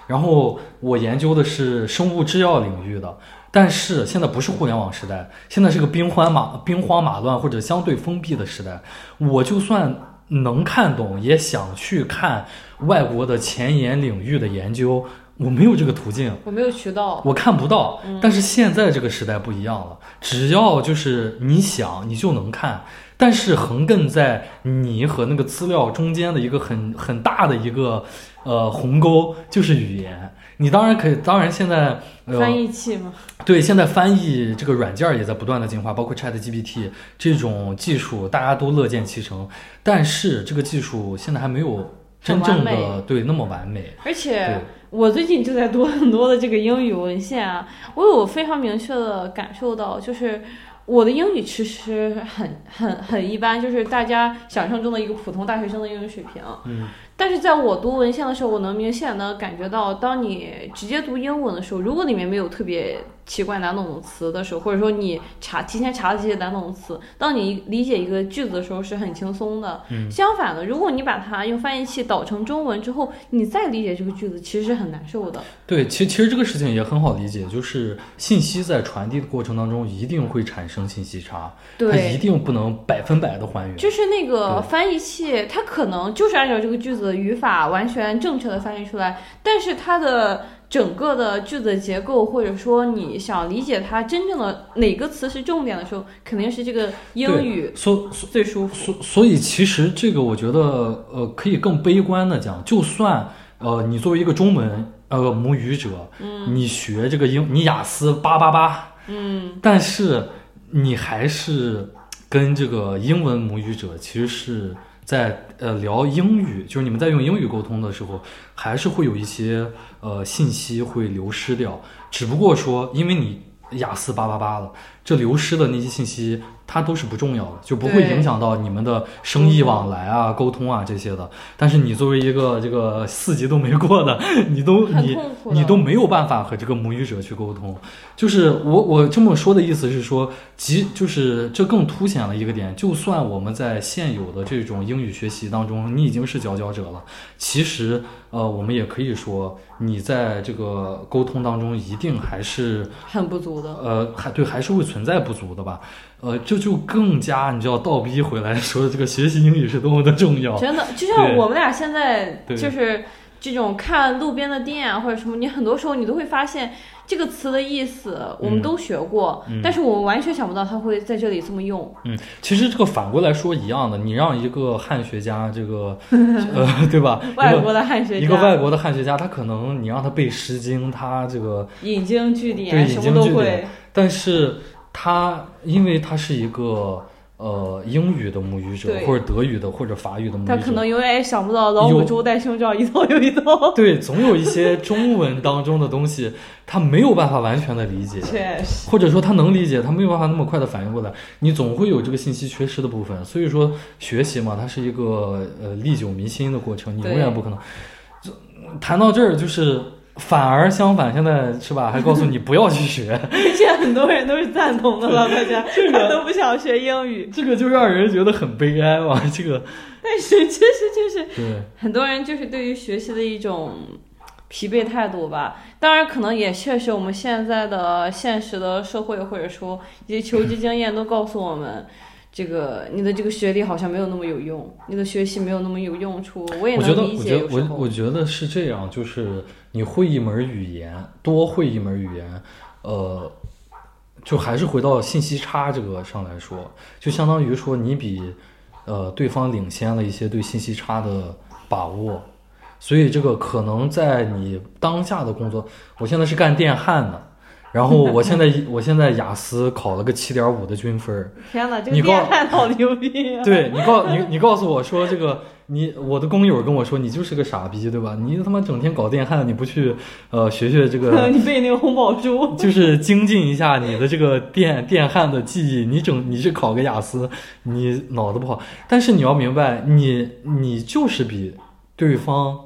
S1: 然后我研究的是生物制药领域的，但是现在不是互联网时代，现在是个兵荒马兵荒马乱或者相对封闭的时代，我就算能看懂，也想去看外国的前沿领域的研究，我没有这个途径。
S2: 我没有渠道。
S1: 我看不到，但是现在这个时代不一样了，只要就是你想，你就能看。但是横亘在你和那个资料中间的一个很很大的一个呃鸿沟，就是语言。你当然可以，当然现在呃
S2: 翻译器嘛，
S1: 对，现在翻译这个软件儿也在不断的进化，包括 Chat GPT 这种技术，大家都乐见其成。但是这个技术现在还没有真正
S2: 很完美
S1: 的对那么完美。
S2: 而
S1: 对
S2: 且，我最近就在读很多的这个英语文献啊，我有非常明确的感受到，就是我的英语其实很很很一般，就是大家想象中的一个普通大学生的英语水平。
S1: 嗯
S2: 但是在我读文献的时候，我能明显的感觉到，当你直接读英文的时候，如果里面没有特别奇怪难懂的词的时候，或者说你查提前查了这些难懂的词，当你理解一个句子的时候是很轻松的。
S1: 嗯
S2: 相反的，如果你把它用翻译器导成中文之后，你再理解这个句子，其实是很难受的。
S1: 对，其其实这个事情也很好理解，就是信息在传递的过程当中，一定会产生信息差，它一
S2: 对。
S1: 定不能百分百的还原。
S2: 就是那个
S1: 对
S2: 翻译器，它可能就是按照这个句子的语法完全正确的翻译出来，但是它的整个的句子结构，或者说你想理解它真正的哪个词是重点的时候，肯定是这个英
S1: 对
S2: 语
S1: 所
S2: 最舒服。
S1: 所所以，其实这个我觉得，呃，可以更悲观的讲，就算呃，你作为一个中文呃母语者，嗯，你学这个英，你雅思八八八，
S2: 嗯，
S1: 但是你还是跟这个英文母语者其实是在呃聊英语，就是你们在用英语沟通的时候，还是会有一些呃信息会流失掉，只不过说因为你雅思八八八了，这流失的那些信息它都是不重要的，就不会
S2: 对
S1: 影响到你们的生意往来啊、沟通啊这些的。但是你作为一个这个四级都没过的，你都
S2: 很
S1: 你
S2: 痛苦的
S1: 你都没有办法和这个母语者去沟通。就是我我这么说的意思是说，即就是这更凸显了一个点，就算我们在现有的这种英语学习当中，你已经是佼佼者了，其实呃，我们也可以说，你在这个沟通当中一定还是
S2: 很不足的。
S1: 呃，还对还是会存在不足的吧。呃，这就更加你知道倒逼回来说这个学习英语是多么的重要。
S2: 真的，就像
S1: 哦对
S2: 我们俩现在
S1: 对
S2: 就是这种看路边的店啊或者什么，你很多时候你都会发现这个词的意思，我们
S1: 嗯
S2: 都学过，
S1: 嗯
S2: 但是我们完全想不到它会在这里这么用。
S1: 嗯，其实这个反过来说一样的，你让一个汉学家这个
S2: *laughs*
S1: 呃，对吧？一
S2: 外
S1: 个
S2: 国的汉学家，
S1: 一个外国的汉学家，他可能你让他背《诗经》，他这个
S2: 引经据典，
S1: 对
S2: 什
S1: 引
S2: 么
S1: 经
S2: 都
S1: 据
S2: 会
S1: 典。但是他因为他是一个呃英语的母语者
S2: 对
S1: 或者德语的或者法语的母语者，
S2: 但可能永远也想不到老
S1: 嗯有
S2: 母猪戴胸罩一套又一套。
S1: 对，总有一些中文当中的东西，他没有办法完全的理解，
S2: 确实，
S1: 或者说他能理解，他没有办法那么快的反应过来，你总会有这个信息缺失的部分。所以说，学习嘛，它是一个呃历久弥新的过程，你永远
S2: 对
S1: 不可能。就谈到这儿，就是反而相反，现在是吧？还告诉你不要去学，
S2: 现在很多人都是赞同的了，大家他都不想学英语，
S1: 这个就让人觉得很悲哀嘛。这个
S2: 但是确实就是
S1: 对，
S2: 很多人就是对于学习的一种疲惫态度吧。当然，可能也确实我们现在的现实的社会，或者说一些求职经验都告诉我们。这个你的这个学历好像没有那么有用，你的学习没有那么有用处，我也
S1: 我觉
S2: 能
S1: 得，
S2: 理
S1: 我
S2: 解
S1: 觉得
S2: 有，时
S1: 我
S2: 候。
S1: 我觉得是这样，就是你会一门语言，多会一门语言，呃，就还是回到信息差这个上来说，就相当于说你比呃对方领先了一些对信息差的把握，所以这个可能在你当下的工作，我现在是干电焊的。然后我现在 *laughs* 我现在雅思考了个七点五的均分儿，
S2: 天哪，这
S1: 你
S2: 个
S1: 告
S2: 电焊好牛
S1: *laughs*
S2: 逼啊！
S1: 对你告你你告诉我说这个你我的工友跟我说你就是个傻逼对吧？你他妈整天搞电焊，你不去呃学学这个，
S2: *laughs* 你背那个红宝书，
S1: 就是精进一下你的这个电电焊的技艺，你整你去考个雅思，你脑子不好。但是你要明白，你你就是比对方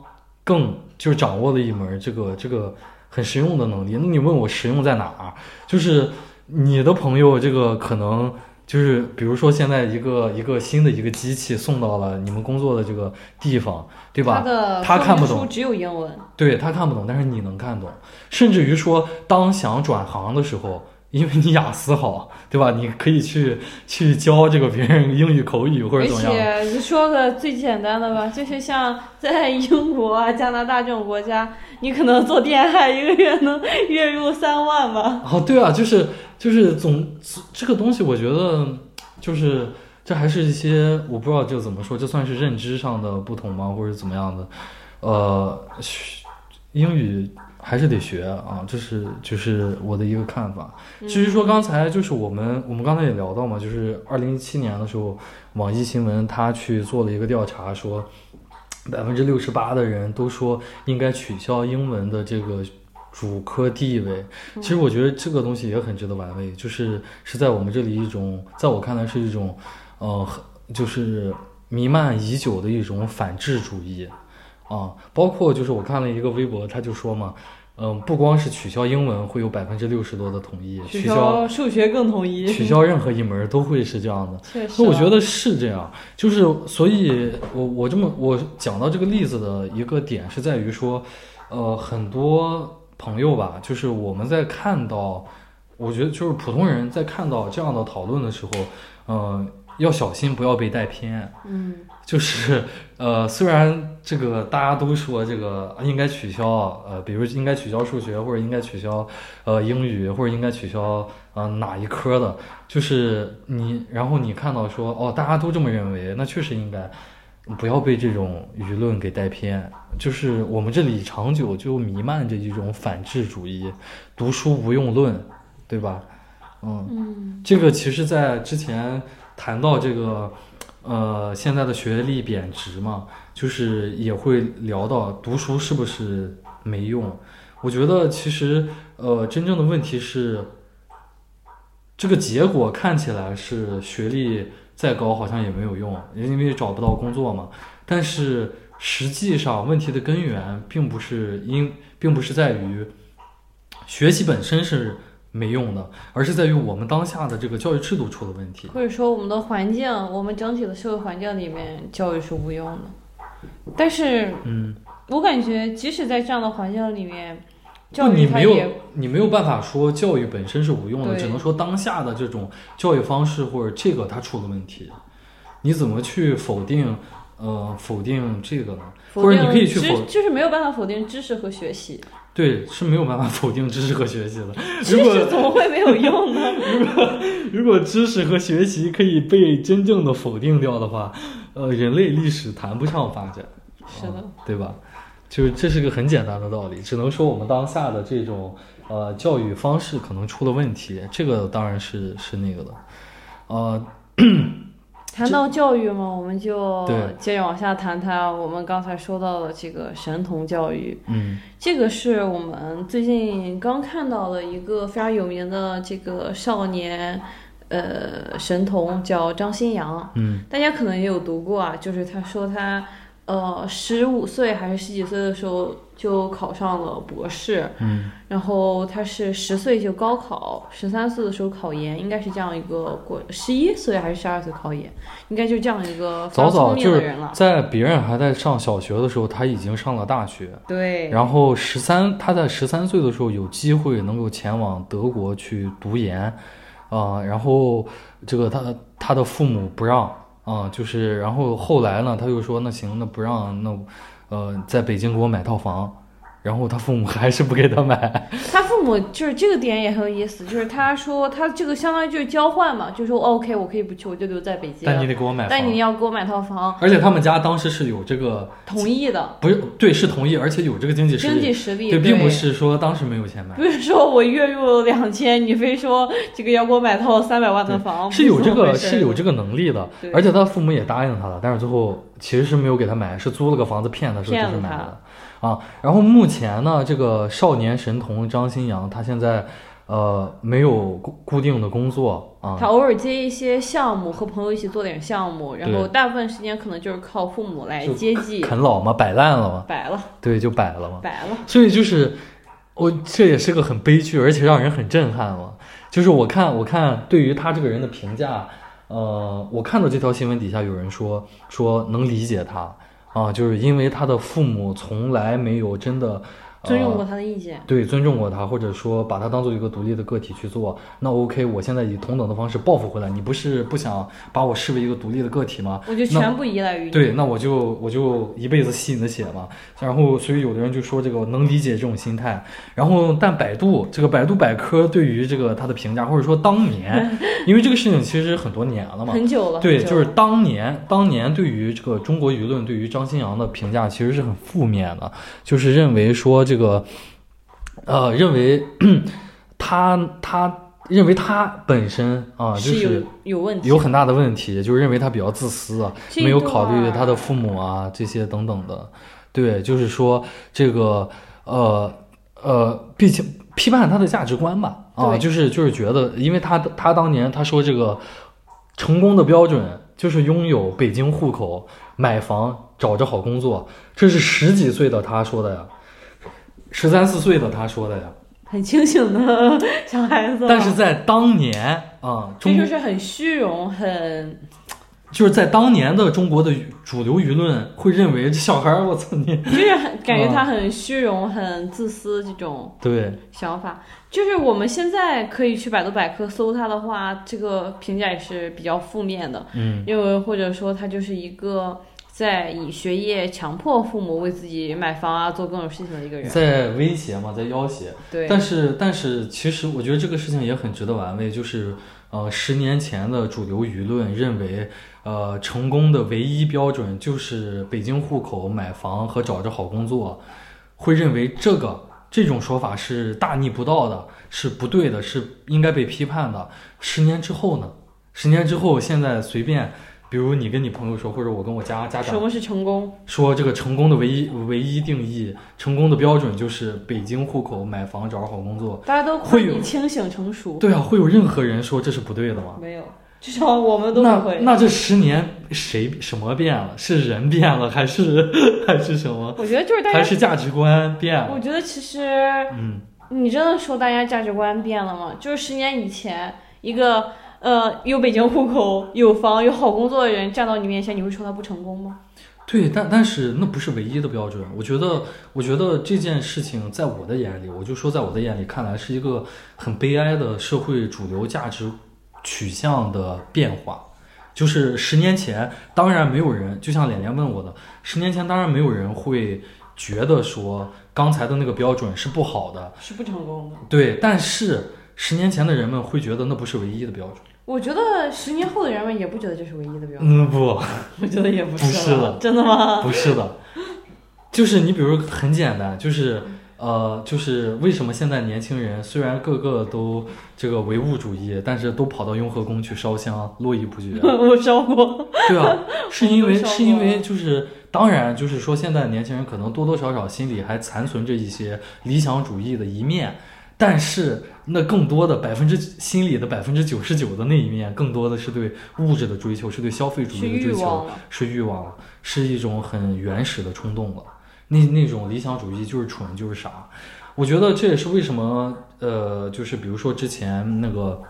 S1: 更就是掌握了一门这个这个很实用的能力。那你问我实用在哪儿？就是你的朋友这个可能就是，比如说现在一个一个新的一个机器送到了你们工作的这个地方，对吧？
S2: 他的
S1: 他看不懂
S2: 说明书只有英文，
S1: 对他看不懂，但是你能看懂，甚至于说，当想转行的时候，因为你雅思好，对吧？你可以去去教这个别人英语口语或者
S2: 而
S1: 怎么样。
S2: 且说个最简单的吧，就是像在英国啊、加拿大这种国家，你可能做电焊一个月能月入三万吧。
S1: 哦，对啊，就是就是总这个东西，我觉得就是这还是一些我不知道这怎么说，这算是认知上的不同吗，或者怎么样的？呃，学英语还是得学啊，这是就是我的一个看法。至于说刚才就是我们我们刚才也聊到嘛，就是二零一七年的时候，网易新闻它去做了一个调查，说百分之六十八的人都说应该取消英文的这个主科地位。其实我觉得这个东西也很值得玩味，就是是在我们这里一种，在我看来是一种，呃，很就是弥漫已久的一种反智主义啊。包括就是我看了一个微博，他就说嘛。嗯，不光是取消英文会有百分之六十多的同意，取消
S2: 数学更统一，
S1: 取消任何一门儿都会是这样的。
S2: 确实
S1: 所
S2: 啊，
S1: 以我觉得是这样，就是所以我，我这么我讲到这个例子的一个点是在于说，呃，很多朋友吧，就是我们在看到，我觉得就是普通人在看到这样的讨论的时候，嗯、要小心不要被带偏。
S2: 嗯，
S1: *laughs* 就是呃，虽然这个大家都说这个啊应该取消，呃，比如应该取消数学，或者应该取消呃英语，或者应该取消呃哪一科的，就是你，然后你看到说哦，大家都这么认为，那确实应该。不要被这种舆论给带偏，就是我们这里长久就弥漫着一种反智主义，读书无用论，对吧？嗯，
S2: 嗯，
S1: 这个其实，在之前谈到这个，呃，现在的学历贬值嘛，就是也会聊到读书是不是没用。我觉得其实，呃，真正的问题是，这个结果看起来是学历再高好像也没有用，因为找不到工作嘛。但是实际上，问题的根源并不是因，并不是在于学习本身是没用的，而是在于我们当下的这个教育制度出了问题。
S2: 或者说我们的环境，我们整体的社会环境里面，教育是无用的。但是
S1: 嗯，
S2: 我感觉，即使在这样的环境里面，
S1: 就
S2: 教育
S1: 你
S2: 它
S1: 没
S2: 也
S1: 有你没有办法说教育本身是无用的，
S2: 对
S1: 只能说当下的这种教育方式或者这个它出了问题，你怎么去否定？呃，否定这个呢？
S2: 否
S1: 或者
S2: 定
S1: 你可以去
S2: 知
S1: 否，
S2: 就是没有办法否定知识和学习，
S1: 对，是没有办法 *laughs* 否定知识和学习的。
S2: 知
S1: 如果
S2: 识怎么会没有
S1: *laughs*
S2: 用呢？
S1: 如果知识和学习可以被真正的否定掉的话，呃，人类历史谈不上发展，
S2: 是的，
S1: 对吧？就是这是个很简单的道理，只能说我们当下的这种呃教育方式可能出了问题，这个当然是是那个的，呃，
S2: 谈到教育嘛，我们就
S1: 对
S2: 接着往下谈谈我们刚才说到的这个神童教育。
S1: 嗯
S2: 这个是我们最近刚看到的一个非常有名的这个少年，呃，神童叫张新阳，
S1: 嗯
S2: 大家可能也有读过啊，就是他说他呃十五岁还是十几岁的时候就考上了博士，
S1: 嗯
S2: 然后他是十岁就高考，十三岁的时候考研，应该是这样一个过，十一岁还是十二岁考研，应该就这样一个非
S1: 早
S2: 常
S1: 早
S2: 聪明
S1: 就
S2: 的
S1: 是
S2: 人了，
S1: 在别人还在上小学的时候，他已经上了大学。
S2: 对，
S1: 然后十三，他在十三岁的时候有机会能够前往德国去读研，啊、然后这个他他的父母不让，啊、就是然后后来呢，他又说那行，那不让，那呃，在北京给我买套房，然后他父母还是不给他买，
S2: 他父母就是这个点也很有意思，就是他说他这个相当于就是交换嘛，就说哦 OK，我可以不去，我就留在北京，
S1: 但你得给我买
S2: 但你
S1: 房。
S2: 要给我买套房，
S1: 而且他们家当时是有这个，
S2: 同意的，
S1: 不是对，是同意，而且有这个经济实
S2: 经
S1: 力，
S2: 济实力
S1: 对，并不
S2: 对
S1: 是说当时没有钱买，
S2: 不是说我月入两千，你非说这个要给我买套三百万的房，
S1: 是有
S2: 哦不
S1: 这
S2: 么
S1: 个
S2: 回事
S1: 是有这个能力的
S2: 对，
S1: 而且他父母也答应他了，但是最后其实是没有给他买，是租了个房子骗他说
S2: 骗
S1: 这
S2: 了
S1: 是买的啊。然后目前呢，这个少年神童张新阳他现在呃没有固固定的工作啊
S2: 他，偶尔接一些项目，和朋友一起做点项目，然后
S1: 对
S2: 大部分时间可能就是靠父母来
S1: 就
S2: 接济，
S1: 啃老嘛，摆烂了嘛，
S2: 摆了
S1: 对，就摆了嘛。
S2: 摆了，
S1: 所以就是我这也是个很悲剧，而且让人很震撼嘛。就是我看我看对于他这个人的评价，呃，我看到这条新闻底下有人说说能理解他啊，就是因为他的父母从来没有真的、呃、
S2: 尊重过他的意见，
S1: 对尊重过他，或者说把他当做一个独立的个体去做，那 OK，我现在以同等的方式报复回来。你不是不想把我视为一个独立的个体吗？
S2: 我就全部依赖于你。
S1: 对，那我就我就一辈子吸你的血嘛。然后，所以有的人就说这个能理解这种心态。然后，但百度这个百度百科对于这个他的评价，或者说当年，因为这个事情其实很多年了嘛。
S2: 很久了，
S1: 对，
S2: 很久
S1: 就是
S2: 了
S1: 当年，当年对于这个中国舆论对于张新阳的评价其实是很负面的，就是认为说这个，呃，认为 *clears throat* 他他认为他本身啊、就是
S2: 有有问题，
S1: 有很大的问题，就是认为他比较自私啊，
S2: 这一
S1: 没有
S2: 段
S1: 考虑他的父母啊这些等等的。对，就是说这个呃呃，毕竟批判他的价值观吧，啊，
S2: 对
S1: 就是就是觉得，因为他他当年他说这个成功的标准就是拥有北京户口、买房、找着好工作，这是十几岁的他说的呀，十三四岁的他说的呀，
S2: 很清醒的小孩子了，啊
S1: 但是在当年啊，
S2: 这
S1: 中
S2: 就是很虚荣，很
S1: 就是在当年的中国的主流舆论会认为这小孩儿，我操你！ *laughs*
S2: 就是很感觉
S1: 啊
S2: 他很虚荣、很自私这种
S1: 对，
S2: 想法。就是我们现在可以去百度百科搜他的话，这个评价也是比较负面的，
S1: 嗯，
S2: 因为或者说他就是一个在以学业强迫父母为自己买房啊、做各种事情的一个人。
S1: 在威胁嘛，在要挟。
S2: 对，
S1: 但是，但是，其实我觉得这个事情也很值得玩味，就是呃，十年前的主流舆论认为，呃，成功的唯一标准就是北京户口、买房和找着好工作，会认为这个这种说法是大逆不道的，是不对的，是应该被批判的。十年之后呢？十年之后，现在随便，比如你跟你朋友说，或者我跟我家家长
S2: 什么是成功？
S1: 说这个成功的唯一唯一定义，成功的标准就是北京户口、买房、找好工作。
S2: 大家都
S1: 会
S2: 会
S1: 有
S2: 比清醒成熟，
S1: 对啊，会有任何人说这是不对的吗？
S2: 没有，至少我们都
S1: 那
S2: 不会。
S1: 那这十年谁什么变了？是人变了，还是 *laughs* 还是什么？
S2: 我觉得就是大
S1: 还
S2: 家，
S1: 是价值观变了？
S2: 我觉得其实
S1: 嗯，
S2: 你真的说大家价值观变了吗？就是十年以前，一个呃有北京户口、有房、有好工作的人站到你面前，你会说他不成功吗？
S1: 对，但但是那不是唯一的标准。我觉得，我觉得这件事情在我的眼里，我就说在我的眼里看来是一个很悲哀的社会主流价值取向的变化。就是十年前，当然没有人，就像脸脸问我的，十年前当然没有人会觉得说刚才的那个标准是不好的，
S2: 是不成功的。
S1: 对。但是十年前的人们会觉得那不是唯一的标准。
S2: 我觉得十年后的人们也不觉得这是唯一的标准， *laughs*
S1: 嗯，不，
S2: 我觉得也不
S1: 不是
S2: *laughs* 了
S1: 了，
S2: 真的吗？
S1: 不是的，就是你比如很简单，就是呃，就是为什么现在年轻人虽然个个都这个唯物主义，但是都跑到雍和宫去烧香，络绎不绝。
S2: *laughs* 我烧过，
S1: 对
S2: *laughs*
S1: 啊，是因
S2: 我
S1: 为
S2: 都烧
S1: 是因
S2: 过
S1: 为就是，当然就是说，现在年轻人可能多多少少心里还残存着一些理想主义的一面，但是那更多的百分之心里的百分之九十九的那一面，更多的是对物质的追求，是对消费主
S2: 是
S1: 义的
S2: 欲
S1: 追求
S2: 望，了。
S1: 是欲望了，是一种很原始的冲动了。那那种理想主义就是蠢，就是傻。我觉得这也是为什么，呃，就是比如说之前那个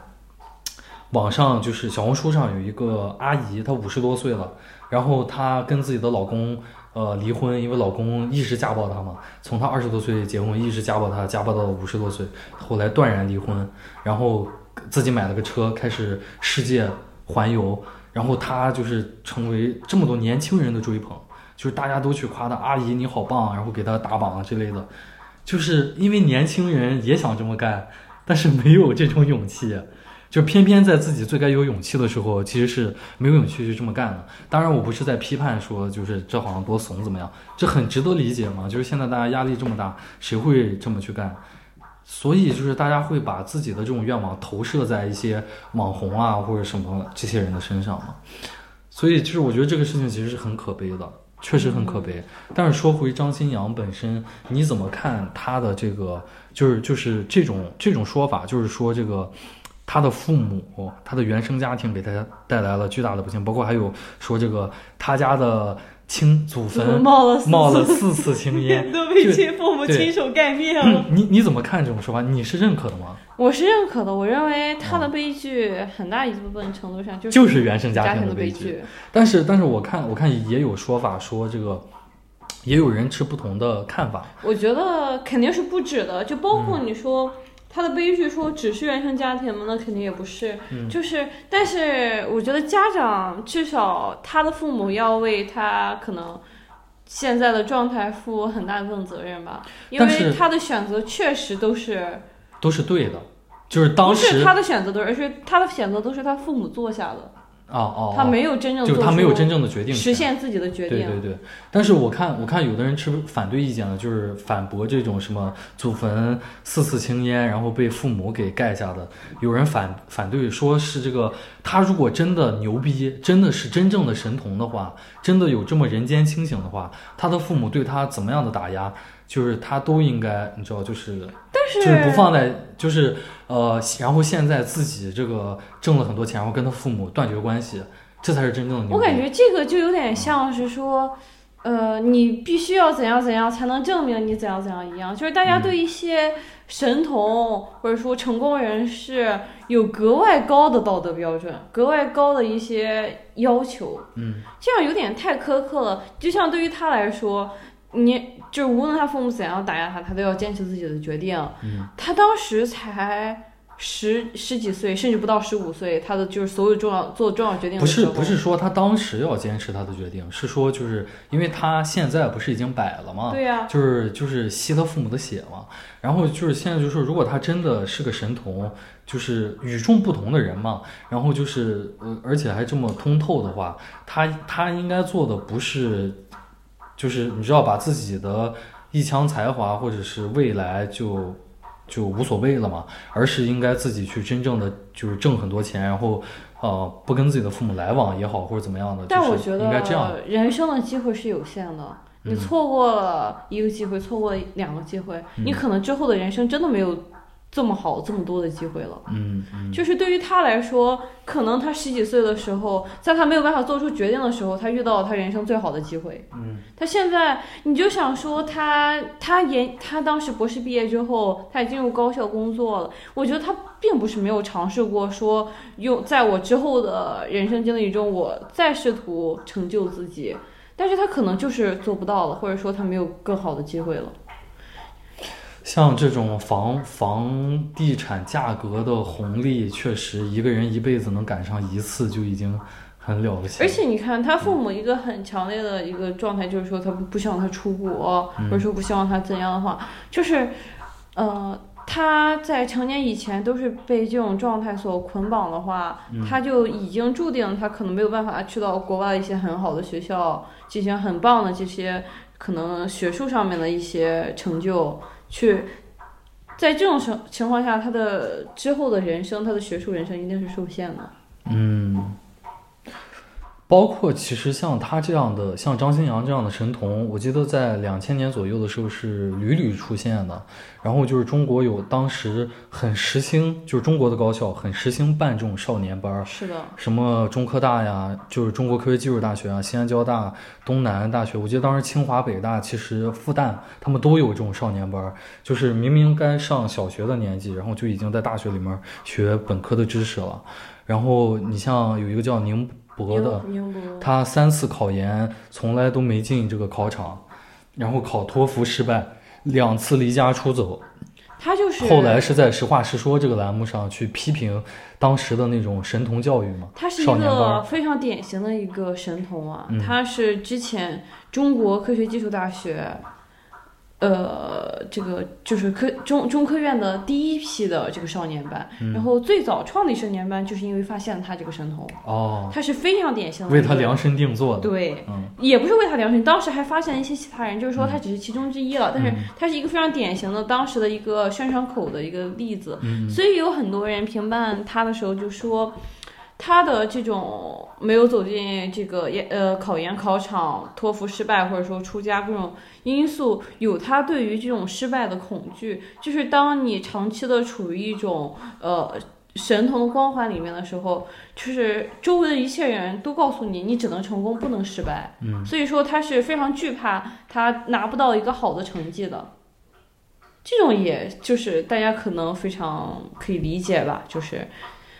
S1: 网上就是小红书上有一个阿姨，她五十多岁了，然后她跟自己的老公呃离婚，因为老公一直家暴她嘛，从她二十多岁结婚一直家暴她，家暴到五十多岁，后来断然离婚，然后自己买了个车，开始世界环游，然后她就是成为这么多年轻人的追捧，就是大家都去夸她阿姨你好棒，然后给她打榜啊之类的，就是因为年轻人也想这么干，但是没有这种勇气。啊就偏偏在自己最该有勇气的时候，其实是没有勇气去这么干的。当然，我不是在批判说，就是这好像多怂怎么样，这很值得理解嘛。就是现在大家压力这么大，谁会这么去干？所以就是大家会把自己的这种愿望投射在一些网红啊或者什么这些人的身上嘛。所以就是我觉得这个事情其实是很可悲的，确实很可悲。但是说回张新阳本身，你怎么看他的这个？就是就是这种这种说法，就是说这个他的父母，他的原生家庭给他带来了巨大的不幸，包括还有说这个他家的亲祖
S2: 我
S1: 坟
S2: 冒了四
S1: 冒了
S2: 次
S1: 四次青
S2: *laughs*
S1: 烟。
S2: 都被
S1: 就
S2: 亲父母
S1: 对嗯
S2: 亲手盖灭了。
S1: 你你怎么看这种说法？你是认可的吗？
S2: 我是认可的，我认为他的悲剧很大一部分程度上就是
S1: 就是原生
S2: 家
S1: 庭
S2: 的
S1: 悲剧。
S2: 剧。
S1: 但是但是我看我看也有说法说这个，也有人持不同的看法。
S2: 我觉得肯定是不止的，就包括你说。
S1: 嗯
S2: 他的悲剧说只是原生家庭吗？那肯定也不是，
S1: 嗯
S2: 就是，但是我觉得家长至少他的父母要为他可能现在的状态负很大一部分责任吧，因
S1: 但是
S2: 为他的选择确实都是
S1: 都是对的，就是当
S2: 不是
S1: 时
S2: 他的选择都是，而是他的选择都是他父母做下的，
S1: 哦哦，
S2: 他
S1: 哦
S2: 没有真正
S1: 就是
S2: 做
S1: 他没有
S2: 出
S1: 真正的决定
S2: 实
S1: 权。
S2: 现自己的决
S1: 对
S2: 定。
S1: 对对，但是我看我看有的人持反对意见了，就是反驳这种什么祖坟四次青烟，然后被父母给盖下的。有人反反对说是这个，他如果真的牛逼，真的是真正的神童的话，真的有这么人间清醒的话，他的父母对他怎么样的打压，就是他都应该，你知道，就是
S2: 但
S1: 就是不放在，就是呃，然后现在自己这个挣了很多钱，然后跟他父母断绝关系，这才是真正的牛逼。
S2: 我感觉这个就有点像是说，呃，你必须要怎样怎样才能证明你怎样怎样一样，就是大家
S1: 嗯
S2: 对一些神童或者说成功人士有格外高的道德标准，格外高的一些要求，
S1: 嗯，
S2: 这样有点太苛刻了。就像对于他来说。你就是无论他父母怎样打压他，他都要坚持自己的决定。
S1: 嗯
S2: 他当时才十十几岁，甚至不到十五岁，他的就是所有重要做重要决定
S1: 不
S2: 的时
S1: 是
S2: 候，
S1: 不是说他当时要坚持他的决定，是说就是因为他现在不是已经摆了吗？
S2: 对呀、
S1: 就是就是吸他父母的血嘛。然后就是现在就是，如果他真的是个神童，就是与众不同的人嘛，然后就是呃，而且还这么通透的话，他他应该做的不是，就是你知道把自己的一腔才华或者是未来就。就无所谓了嘛，而是应该自己去真正的就是挣很多钱，然后，呃，不跟自己的父母来往也好，或者怎么样的，
S2: 但我
S1: 就是
S2: 觉
S1: 应该这样。嗯
S2: 得人生的机会是有限的，你错过了一个机会，错过两个机会，你
S1: 嗯
S2: 可能之后的人生真的没有这么好、这么多的机会了。
S1: 嗯嗯。
S2: 就是对于他来说，可能他十几岁的时候，在他没有办法做出决定的时候，他遇到了他人生最好的机会。
S1: 嗯，
S2: 他现在你就想说他，他研他当时博士毕业之后，他也进入高校工作了。我觉得他并不是没有尝试过说用在我之后的人生经历中，我再试图成就自己，但是他可能就是做不到了，或者说他没有更好的机会了。
S1: 像这种房房地产价格的红利，确实一个人一辈子能赶上一次就已经很了不起了。
S2: 而且你看，他父母一个很强烈的一个状态，就是说他不不希望他出国，
S1: 嗯
S2: 或者说不希望他怎样的话，就是，呃，他在成年以前都是被这种状态所捆绑的话，
S1: 嗯
S2: 他就已经注定他可能没有办法去到国外一些很好的学校，进行很棒的这些可能学术上面的一些成就。去。在这种情情况下，他的之后的人生，他的学术人生一定是受限的。
S1: 嗯，包括其实像他这样的，像张新阳这样的神童，我记得在两千年左右的时候是屡屡出现的。然后就是中国有当时很时兴，就是中国的高校很时兴办这种少年班儿，
S2: 是的，
S1: 什么中科大呀，就是中国科学技术大学啊，西安交大、东南大学，我记得当时清华、北大，其实复旦他们都有这种少年班儿，就是明明该上小学的年纪，然后就已经在大学里面学本科的知识了。然后你像有一个叫宁波的，
S2: 宁波
S1: 他三次考研从来都没进这个考场，然后考托福失败，两次离家出走，
S2: 他就是
S1: 后来是在《实话实说》这个栏目上去批评当时的那种神童教育嘛，
S2: 他是一
S1: 少年班
S2: 个
S1: 儿
S2: 非常典型的一个神童啊，
S1: 嗯
S2: 他是之前中国科学技术大学，呃，这个就是科中中科院的第一批的这个少年班，
S1: 嗯
S2: 然后最早创立少年班就是因为发现了他这个神童，
S1: 哦，
S2: 他是非常典型的
S1: 为
S2: 一
S1: 他
S2: 个
S1: 量身定做的，
S2: 对，
S1: 嗯
S2: 也不是为他量身，当时还发现了一些其他人，就是说他只是其中之一了，
S1: 嗯
S2: 但是他是一个非常典型的当时的一个宣传口的一个例子，
S1: 嗯
S2: 所以有很多人评判他的时候就说。他的这种没有走进这个研呃考研考场、托福失败，或者说出家各种因素，有他对于这种失败的恐惧。就是当你长期的处于一种呃神童的光环里面的时候，就是周围的一切人都告诉你，你只能成功，不能失败。
S1: 嗯，
S2: 所以说他是非常惧怕他拿不到一个好的成绩的。这种也就是大家可能非常可以理解吧，就是，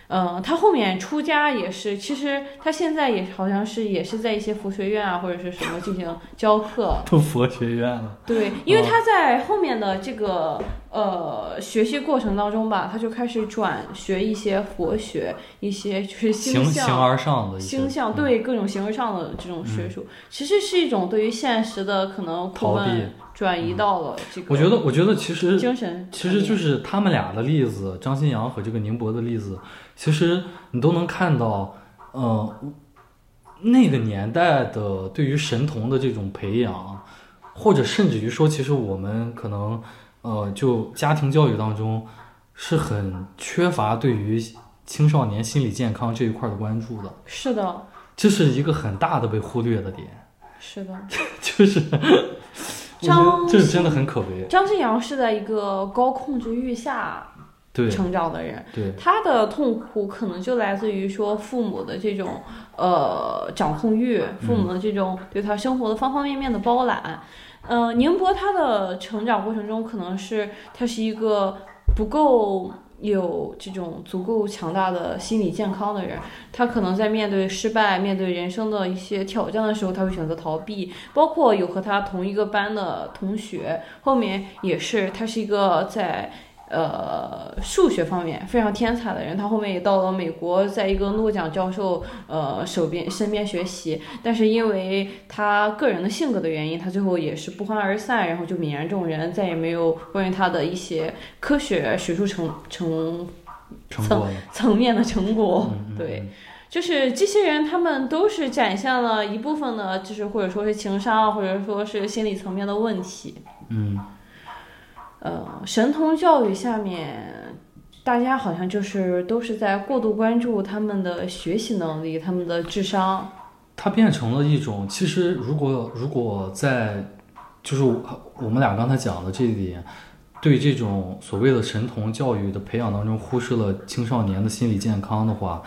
S2: 嗯、他后面出家也是，其实他现在也好像是也是在一些佛学院啊或者是什么进行教课，
S1: 都佛学院了，
S2: 对，因为他在后面的这个呃学习过程当中吧，他就开始转学一些佛学，一些就是
S1: 形
S2: 星
S1: 形
S2: 象。
S1: 而上的一些嗯
S2: 星象对各种形而上的这种学术，其实是一种对于现实的可能苦
S1: 逃避嗯
S2: 闷转移到了这个，嗯
S1: 我觉得，我觉得其实
S2: 精神
S1: 其实就是他们俩的例子，张新阳和这个宁波的例子，其实你都能看到，呃，那个年代的对于神童的这种培养，或者甚至于说，其实我们可能，呃，就家庭教育当中是很缺乏对于青少年心理健康这一块儿的关注的，
S2: 是的，
S1: 这是一个很大的被忽略的点，
S2: 是的。
S1: *laughs* 就是，我觉
S2: 张
S1: 得这是真的很可悲，
S2: 张信阳是在一个高控制欲下
S1: 对
S2: 成长的人，
S1: 对，
S2: 他的痛苦可能就来自于说父母的这种呃掌控欲，父母的这种对他生活的方方面面的包揽。呃，宁波他的成长过程中，可能是他是一个不够有这种足够强大的心理健康的人，他可能在面对失败、面对人生的一些挑战的时候，他会选择逃避。包括有和他同一个班的同学，后面也是他是一个在呃数学方面非常天才的人，他后面也到了美国，在一个诺奖教授呃手边身边学习，但是因为他个人的性格的原因，他最后也是不欢而散，然后就泯然众人，再也没有关于他的一些科学学术成成
S1: 成果了，
S2: 层面的成果，
S1: 嗯嗯
S2: *laughs* 对
S1: 嗯。
S2: 就是这些人，他们都是展现了一部分的，就是或者说是情商啊，或者说是心理层面的问题。
S1: 嗯。
S2: 呃，神童教育下面，大家好像就是都是在过度关注他们的学习能力、他们的智商。
S1: 它变成了一种，其实如果如果在，就是我我们俩刚才讲的这一点，对这种所谓的神童教育的培养当中，忽视了青少年的心理健康的话，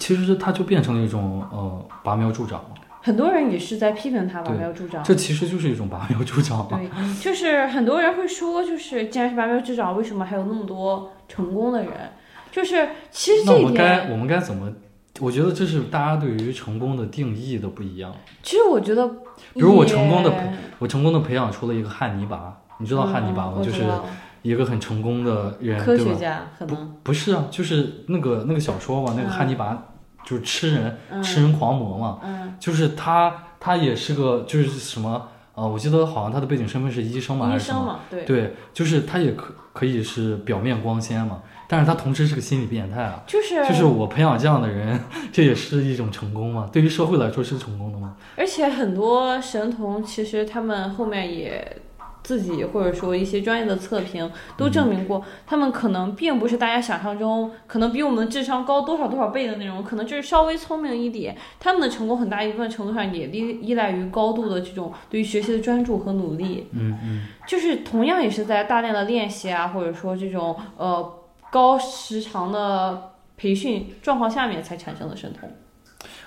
S1: 其实它就变成了一种呃拔苗助长，
S2: 很多人也是在批评他拔苗助长。
S1: 这其实就是一种拔苗助长嘛。
S2: 对，嗯就是很多人会说，就是既然是拔苗助长，为什么还有那么多成功的人？就是其实
S1: 那
S2: 这
S1: 我
S2: 一
S1: 们
S2: 点，
S1: 该我们该怎么？我觉得这是大家对于成功的定义的不一样。
S2: 其实我觉得
S1: 比
S2: 也，
S1: 如我成功地我成功的培养出了一个汉尼拔，你知道汉尼拔吗？
S2: 嗯我
S1: 就
S2: 知
S1: 是
S2: 道
S1: 一个很成功的人，
S2: 科
S1: 对吧
S2: 学？家可能
S1: 不是啊，就是那个那个小说嘛，那个汉尼拔就是吃人、
S2: 嗯
S1: 吃人狂魔嘛，
S2: 嗯，
S1: 就是他他也是个就是什么啊、呃我记得好像他的背景身份是医生嘛还
S2: 医
S1: 是什
S2: 生
S1: 么，
S2: 嘛，对，
S1: 对，就是他也可可以是表面光鲜嘛，但是他同时是个心理变态啊。
S2: 就是
S1: 就是我培养这样的人， *laughs* 这也是一种成功嘛？对于社会来说是成功的吗？
S2: 而且很多神童其实他们后面也自己或者说一些专业的测评都
S1: 嗯
S2: 证明过，他们可能并不是大家想象中可能比我们智商高多少多少倍的那种，可能就是稍微聪明一点。他们的成功很大一部分程度上也依依赖于高度的这种对于学习的专注和努力。
S1: 嗯嗯
S2: 就是同样也是在大量的练习啊，或者说这种呃高时长的培训状况下面才产生的神通。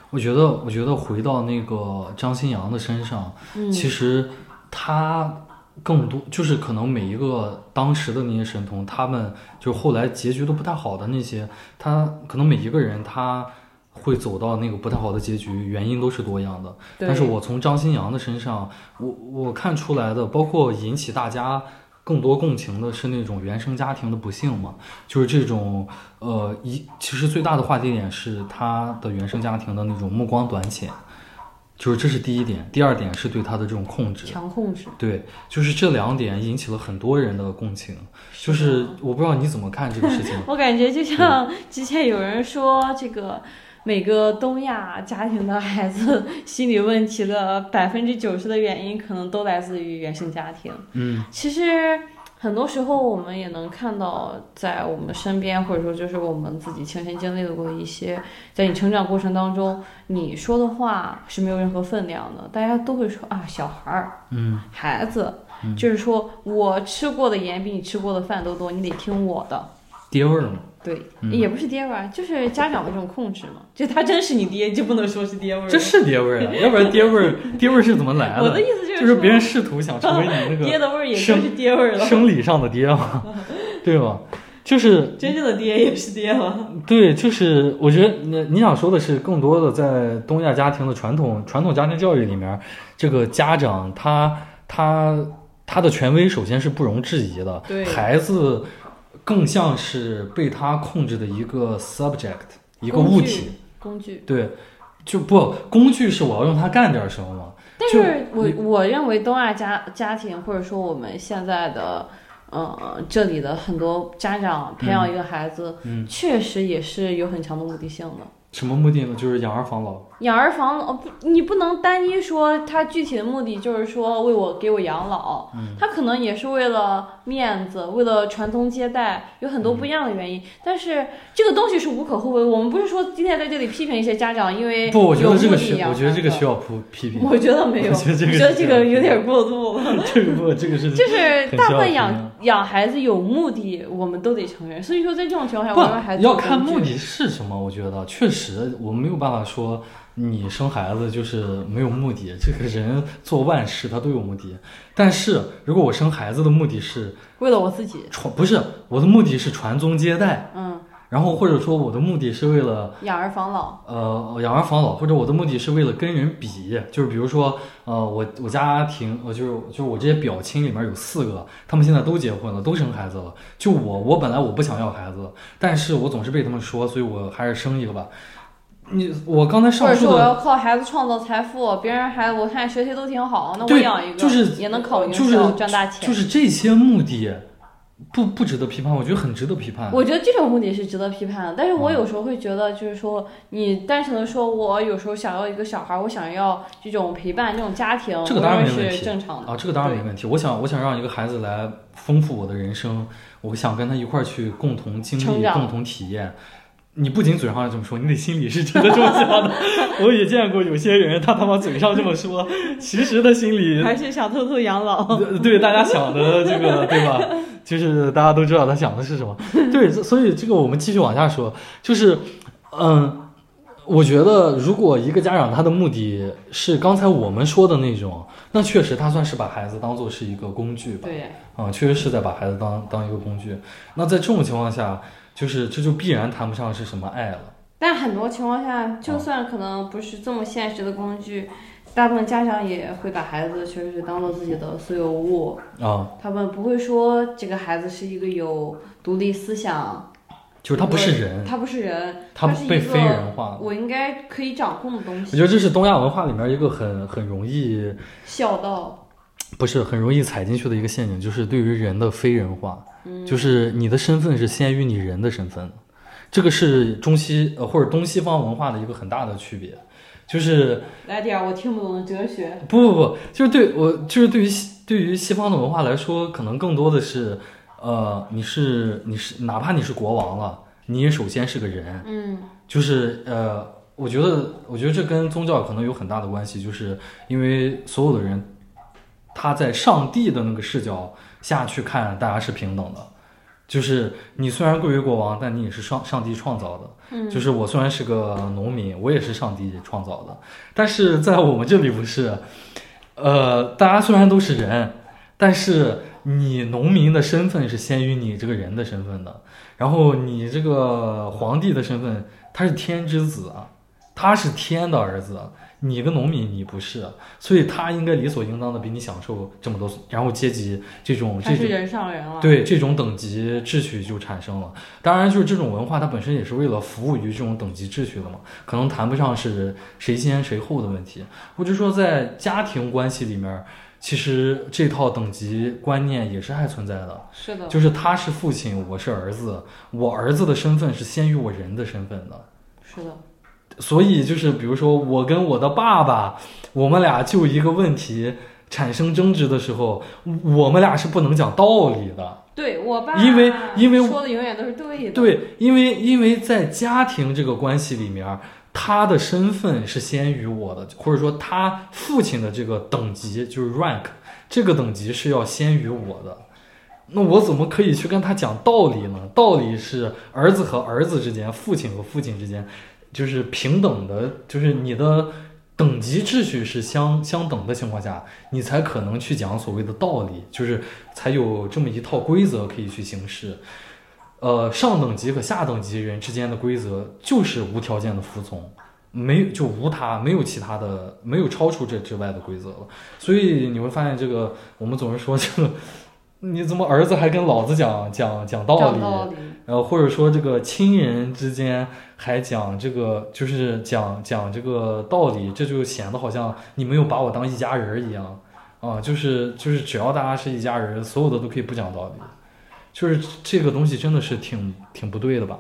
S1: 我觉得，我觉得回到那个张新阳的身上，
S2: 嗯
S1: 其实他更多就是可能每一个当时的那些神童，他们就后来结局都不太好的那些，他可能每一个人他会走到那个不太好的结局，原因都是多样的。嗯
S2: 对
S1: 但是我从张新阳的身上，我我看出来的，包括引起大家更多共情的是那种原生家庭的不幸嘛，就是这种呃一其实最大的话题点是他的原生家庭的那种目光短浅，就是这是第一点，第二点是对他的这种控制，
S2: 强控制，
S1: 对，就是这两点引起了很多人的共情，就是是我不知道你怎么看这个
S2: *laughs*，
S1: 事情
S2: 我感觉就像之前有人说，这个每个东亚家庭的孩子心理问题的百分之九十的原因，可能都来自于原生家庭。
S1: 嗯
S2: 其实很多时候我们也能看到，在我们身边，或者说就是我们自己亲身经历的过一些，在你成长过程当中，你说的话是没有任何分量的，大家都会说啊，小孩儿、
S1: 嗯
S2: 孩子
S1: 嗯，
S2: 就是说我吃过的盐比你吃过的饭都多，你得听我的。
S1: 爹味儿嘛，
S2: 对，
S1: 嗯
S2: 也不是爹味儿，就是家长的这种控制嘛。就他真是你爹，就不能说是爹味儿。
S1: 这是爹味儿啊，要不然爹味儿爹味儿是怎么来
S2: 嗯我的
S1: 的？
S2: 意思
S1: 就
S2: 就
S1: 是是
S2: 说
S1: 别人试图想成为你那个
S2: 爹的味儿，也就是爹味儿
S1: *laughs*
S2: 了。
S1: 生理上的爹嘛，
S2: *laughs*
S1: 对吧？就是
S2: 真正的爹也是爹了。
S1: 对，就是我觉得你你想说的是，更多的在东亚家庭的传统传统家庭教育里面，这个家长他他他的权威首先是不容置疑的，
S2: 对
S1: 孩子更像是被他控制的一个 subject，一个
S2: 工
S1: 物
S2: 具
S1: 体，
S2: 工具。
S1: 对，就不工具是我要用它干点什么嘛，
S2: 但
S1: 就是
S2: 我我认为东亚家家庭，或者说我们现在的，呃，这里的很多家长培养一个孩子，
S1: 嗯，
S2: 确实也是有很强的目的性的。
S1: 什么目的呢？就是养儿防老，
S2: 养儿防老，不，你不能单一说他具体的目的就是说为我给我养老，
S1: 嗯
S2: 他可能也是为了面子，为了传宗接代，有很多不一样的原
S1: 嗯
S2: 因。但是这个东西是无可厚非，我们不是说今天在这里批评一些家长，因为
S1: 不，我觉得这个
S2: 哎有目的
S1: 需，
S2: 养
S1: 我觉得这个
S2: 孩
S1: 需
S2: 子，
S1: 要批 *laughs* 批评，
S2: 我觉得没有，
S1: 我觉得这个
S2: 我觉
S1: 是
S2: 得这
S1: 这
S2: 个
S1: 样
S2: 有点过
S1: *laughs*
S2: 度了。
S1: 这个不，这个是
S2: 就是
S1: 很
S2: 大部
S1: 需要
S2: 分
S1: 批
S2: 养
S1: 评
S2: 养孩子有目的，我们都得承认。所以说，在这种情况下，我们孩
S1: 不
S2: 子
S1: 要
S2: 有
S1: 看
S2: 工具
S1: 目的是什么。我觉得确实，我没有办法说你生孩子就是没有目的。这个人做万事他都有目的，但是如果我生孩子的目的是
S2: 为了我自己，
S1: 传，不是我的目的是传宗接代，
S2: 嗯，
S1: 然后或者说我的目的是为了
S2: 养儿防老，
S1: 呃，养儿防老，或者我的目的是为了跟人比，就是比如说，呃，我我家庭，呃，就是就是我这些表亲里面有四个，他们现在都结婚了，都生孩子了，就我，我本来我不想要孩子，但是我总是被他们说，所以我还是生一个吧。你我刚才
S2: 或
S1: 上
S2: 者
S1: 述
S2: 说我
S1: 的，
S2: 要靠孩子创造财富，别人还我看学习都挺好，那我
S1: 对
S2: 养一个
S1: 就是
S2: 也能考营销、
S1: 就是
S2: 赚大钱。
S1: 就是这些目的，不不值得批判，我觉得很值得批判。
S2: 我觉得这种目的是值得批判的，但是我
S1: 嗯
S2: 有时候会觉得，就是说你单纯的说，我有时候想要一个小孩，我想要这种陪伴、这种家庭，
S1: 这个当然
S2: 我认
S1: 没
S2: 为
S1: 问
S2: 是
S1: 题
S2: 正常的。
S1: 啊，这个当然没问题。我想，我想让一个孩子来丰富我的人生，我想跟他一块儿去共同经
S2: 成
S1: 历、
S2: 长
S1: 共同体验。你不仅嘴上这么说，你得心里是真的这么想的。 *laughs* 我也见过有些人，他他妈嘴上这么说，其实他心里
S2: 还是想偷偷养老。
S1: 对 *laughs* 对大家想的这个，对吧？就是大家都知道他想的是什么。对，所以这个我们继续往下说，就是，嗯，我觉得如果一个家长他的目的是刚才我们说的那种，那确实他算是把孩子当做是一个工具吧，
S2: 对，
S1: 啊、确实是在把孩子当当一个工具。那在这种情况下，就是这就必然谈不上是什么爱了。
S2: 但很多情况下，
S1: 嗯
S2: 就算可能不是这么现实的工具，大部分家长也会把孩子确实是当做自己的所有物，
S1: 啊、
S2: 他们不会说这个孩子是一个有独立思想，
S1: 就是他不是人，
S2: 他不是人，
S1: 他
S2: 他是一
S1: 被
S2: 个
S1: 非人化了。
S2: 我应该可以掌控的东
S1: 我觉得
S2: 西。
S1: 这是东亚文化里面一个很很容易
S2: 孝道，
S1: 不是很容易踩进去的一个陷阱，就是对于人的非人化，
S2: 嗯，
S1: 就是你的身份是先于你人的身份的，这个是中西呃或者东西方文化的一个很大的区别，就是
S2: 来点儿我听不懂的哲学。
S1: 不不不，就是对我就是对于西对于西方的文化来说，可能更多的是，呃，你是你是，哪怕你是国王了，你也首先是个人，
S2: 嗯
S1: 就是呃，我觉得，我觉得这跟宗教可能有很大的关系，就是因为所有的人，他在上帝的那个视角下去看，大家是平等的。就是你虽然贵为国王，但你也是上上帝创造的。
S2: 嗯，
S1: 就是我虽然是个农民，我也是上帝创造的。但是在我们这里不是，呃，大家虽然都是人，但是你农民的身份是先于你这个人的身份的。然后你这个皇帝的身份，他是天之子啊，他是天的儿子。你个农民，你不是，所以他应该理所应当的比你享受这么多，然后阶级这种
S2: 他
S1: 这
S2: 是
S1: 种
S2: 人上人了，，
S1: 对这种等级秩序就产生了。当然，就是这种文化它本身也是为了服务于这种等级秩序的嘛，可能谈不上是谁先谁后的问题。或者说，在家庭关系里面，其实这套等级观念也是还存在的，
S2: 是的，
S1: 就是他是父亲，我是儿子，我儿子的身份是先于我人的身份的。
S2: 是的，
S1: 所以就是，比如说我跟我的爸爸，我们俩就一个问题产生争执的时候，我们俩是不能讲道理的。
S2: 对我爸，
S1: 因为因为
S2: 说的永远都是对的，，
S1: 对，因为因为在家庭这个关系里面，他的身份是先于我的，或者说他父亲的这个等级就是 rank 这个等级是要先于我的。那我怎么可以去跟他讲道理呢？道理是儿子和儿子之间，父亲和父亲之间，就是平等的，就是你的等级秩序是相相等的情况下，你才可能去讲所谓的道理，就是才有这么一套规则可以去行事。呃，上等级和下等级人之间的规则就是无条件的服从，没就无他，没有其他的，没有超出这之外的规则了。所以你会发现，这个我们总是说这个， *laughs* 你怎么儿子还跟老子讲讲讲道
S2: 讲
S1: 理？
S2: 道理，
S1: 然呃后或者说这个亲人之间还讲这个，就是讲讲这个道理，这就显得好像你没有把我当一家人儿一样啊！就是就是，只要大家是一家人，所有的都可以不讲道理，就是这个东西真的是挺挺不对的吧？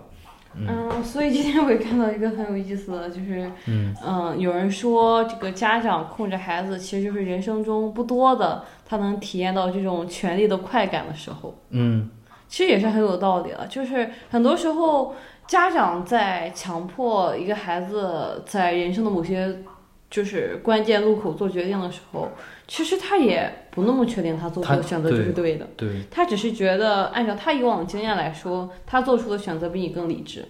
S1: 嗯
S2: 嗯，所以今天我也看到一个很有意思的，就是
S1: 嗯
S2: 嗯，有人说这个家长控制孩子，其实就是人生中不多的，他能体验到这种权力的快感的时候，
S1: 嗯
S2: 其实也是很有道理的。就是很多时候，家长在强迫一个孩子在人生的某些就是关键路口做决定的时候，其实他也不那么确定他做出
S1: 他
S2: 的选择就是对的，
S1: 对，
S2: 他只是觉得按照他以往的经验来说，他做出的选择比你更理智，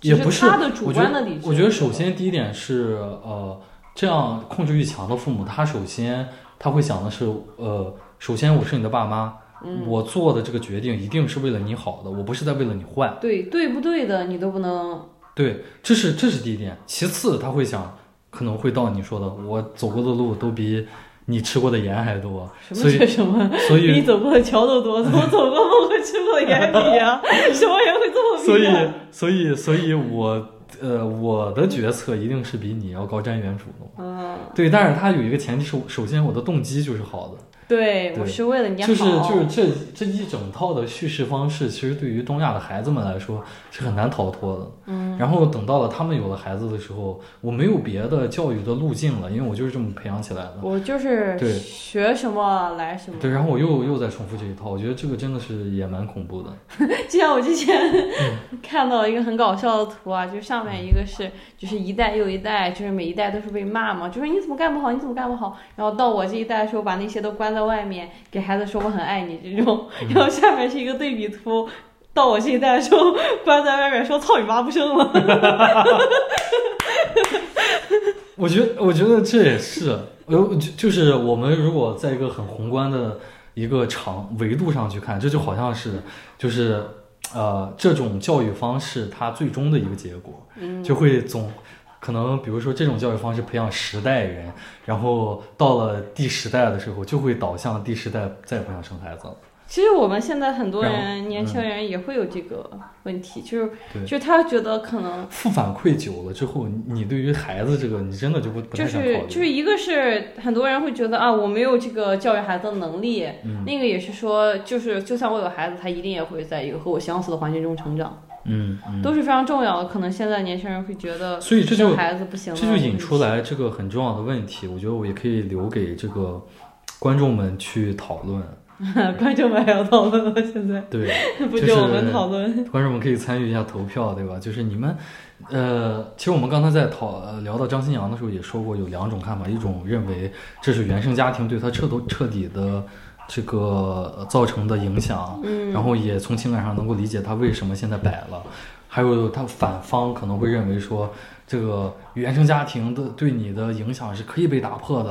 S1: 也
S2: 只
S1: 不
S2: 是他的主
S1: 我觉得
S2: 观的理智。
S1: 我觉得首先第一点是呃，这样控制欲强的父母，他首先他会想的是呃，首先我是你的爸妈，
S2: 嗯。
S1: 我做的这个决定一定是为了你好的，我不是在为了你坏。
S2: 对对不对的，你都不能
S1: 对，这是这是第一点。其次，他会想，可能会到你说的，我走过的路都比你吃过的盐还多，
S2: 什么
S1: 所以
S2: 是什么，
S1: 所
S2: 比你
S1: 以
S2: 走过的桥都多，怎么走过路和吃过的盐
S1: *laughs*
S2: 比啊？什么人会这么比、啊？
S1: 所以所以所以我呃我的决策一定是比你要高瞻远瞩的。
S2: 嗯，
S1: 对，但是他有一个前提是，首先我的动机就是好的。
S2: 对，
S1: 对
S2: 我是为了你好，
S1: 就是就是这这一整套的叙事方式，其实对于东亚的孩子们来说是很难逃脱的。
S2: 嗯，
S1: 然后等到了他们有了孩子的时候，我没有别的教育的路径了，因为我就是这么培养起来的。
S2: 我就是
S1: 对
S2: 学什么来什么。
S1: 对，然后我又又在重复这一套，我觉得这个真的是也蛮恐怖的。
S2: *laughs* 就像我之前
S1: 嗯
S2: *laughs* 看到一个很搞笑的图啊，就是上面一个是就是一代又一代，就是每一代都是被骂嘛，就是你怎么干不好，你怎么干不好。然后到我这一代的时候，把那些都关在外面，给孩子说我很爱你这种。
S1: 嗯
S2: *laughs* 然后下面是一个对比图，到我这一代的时候，关在外面说操你妈不生了。 *laughs*
S1: 我觉得，我觉得这也是，呃，就就是我们如果在一个很宏观的一个长维度上去看，这就好像是，就是，呃，这种教育方式它最终的一个结果，
S2: 嗯
S1: 就会总可能，比如说这种教育方式培养十代人，然后到了第十代的时候，就会导向第十代再也不想生孩子了。
S2: 其实我们现在很多
S1: 然嗯
S2: 人，年轻人也会有这个问题，就是
S1: 对
S2: 就是他觉得可能
S1: 负反馈久了之后，你你对于孩子这个，你真的就不不
S2: 就
S1: 太想考虑
S2: 是
S1: 了。
S2: 就是一个是很多人会觉得啊，我没有这个教育孩子的能力，
S1: 嗯
S2: 另一个也是说，就是就算我有孩子，他一定也会在一个和我相似的环境中成长，
S1: 嗯嗯，
S2: 都是非啊常重要的。可能现在年轻人会觉得
S1: 所以这就
S2: 生孩子不行了，
S1: 这就引出来这个很重要的问题，我觉得我也可以留给这个观众们去讨论，
S2: *laughs* 观众们还要讨论吗？现在 *laughs*
S1: 对，
S2: 不
S1: 就是
S2: 我们讨论，
S1: 观众们可以参与一下投票，对吧？ *laughs* 就是你们，呃，其实我们刚才在讨呃聊到张新阳的时候也说过，有两种看法，一种认为这是原生家庭对他彻头彻底的这个呃造成的影响，
S2: 嗯，
S1: 然后也从情感上能够理解他为什么现在摆了。还有他反方可能会认为说，这个原生家庭的对你的影响是可以被打破的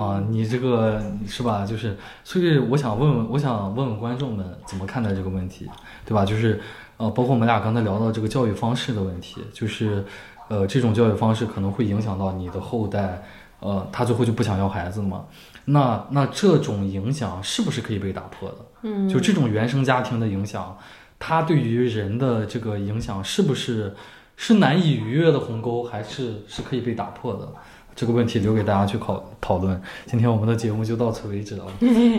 S1: 啊、你这个是吧？就是，所以我想问问，我想问问观众们怎么看待这个问题，对吧？就是呃，包括我们俩刚才聊到这个教育方式的问题，就是呃，这种教育方式可能会影响到你的后代，呃，他最后就不想要孩子嘛。那那这种影响是不是可以被打破的？
S2: 嗯，
S1: 就这种原生家庭的影响，它对于人的这个影响是不是是难以逾越的鸿沟，还是是可以被打破的？这个问题留给大家去考讨论。今天我们的节目 *laughs* 就到此为止了，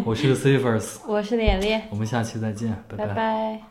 S1: 我是 Savers，
S2: 我是脸脸，
S1: 我们下期再见，拜
S2: 拜拜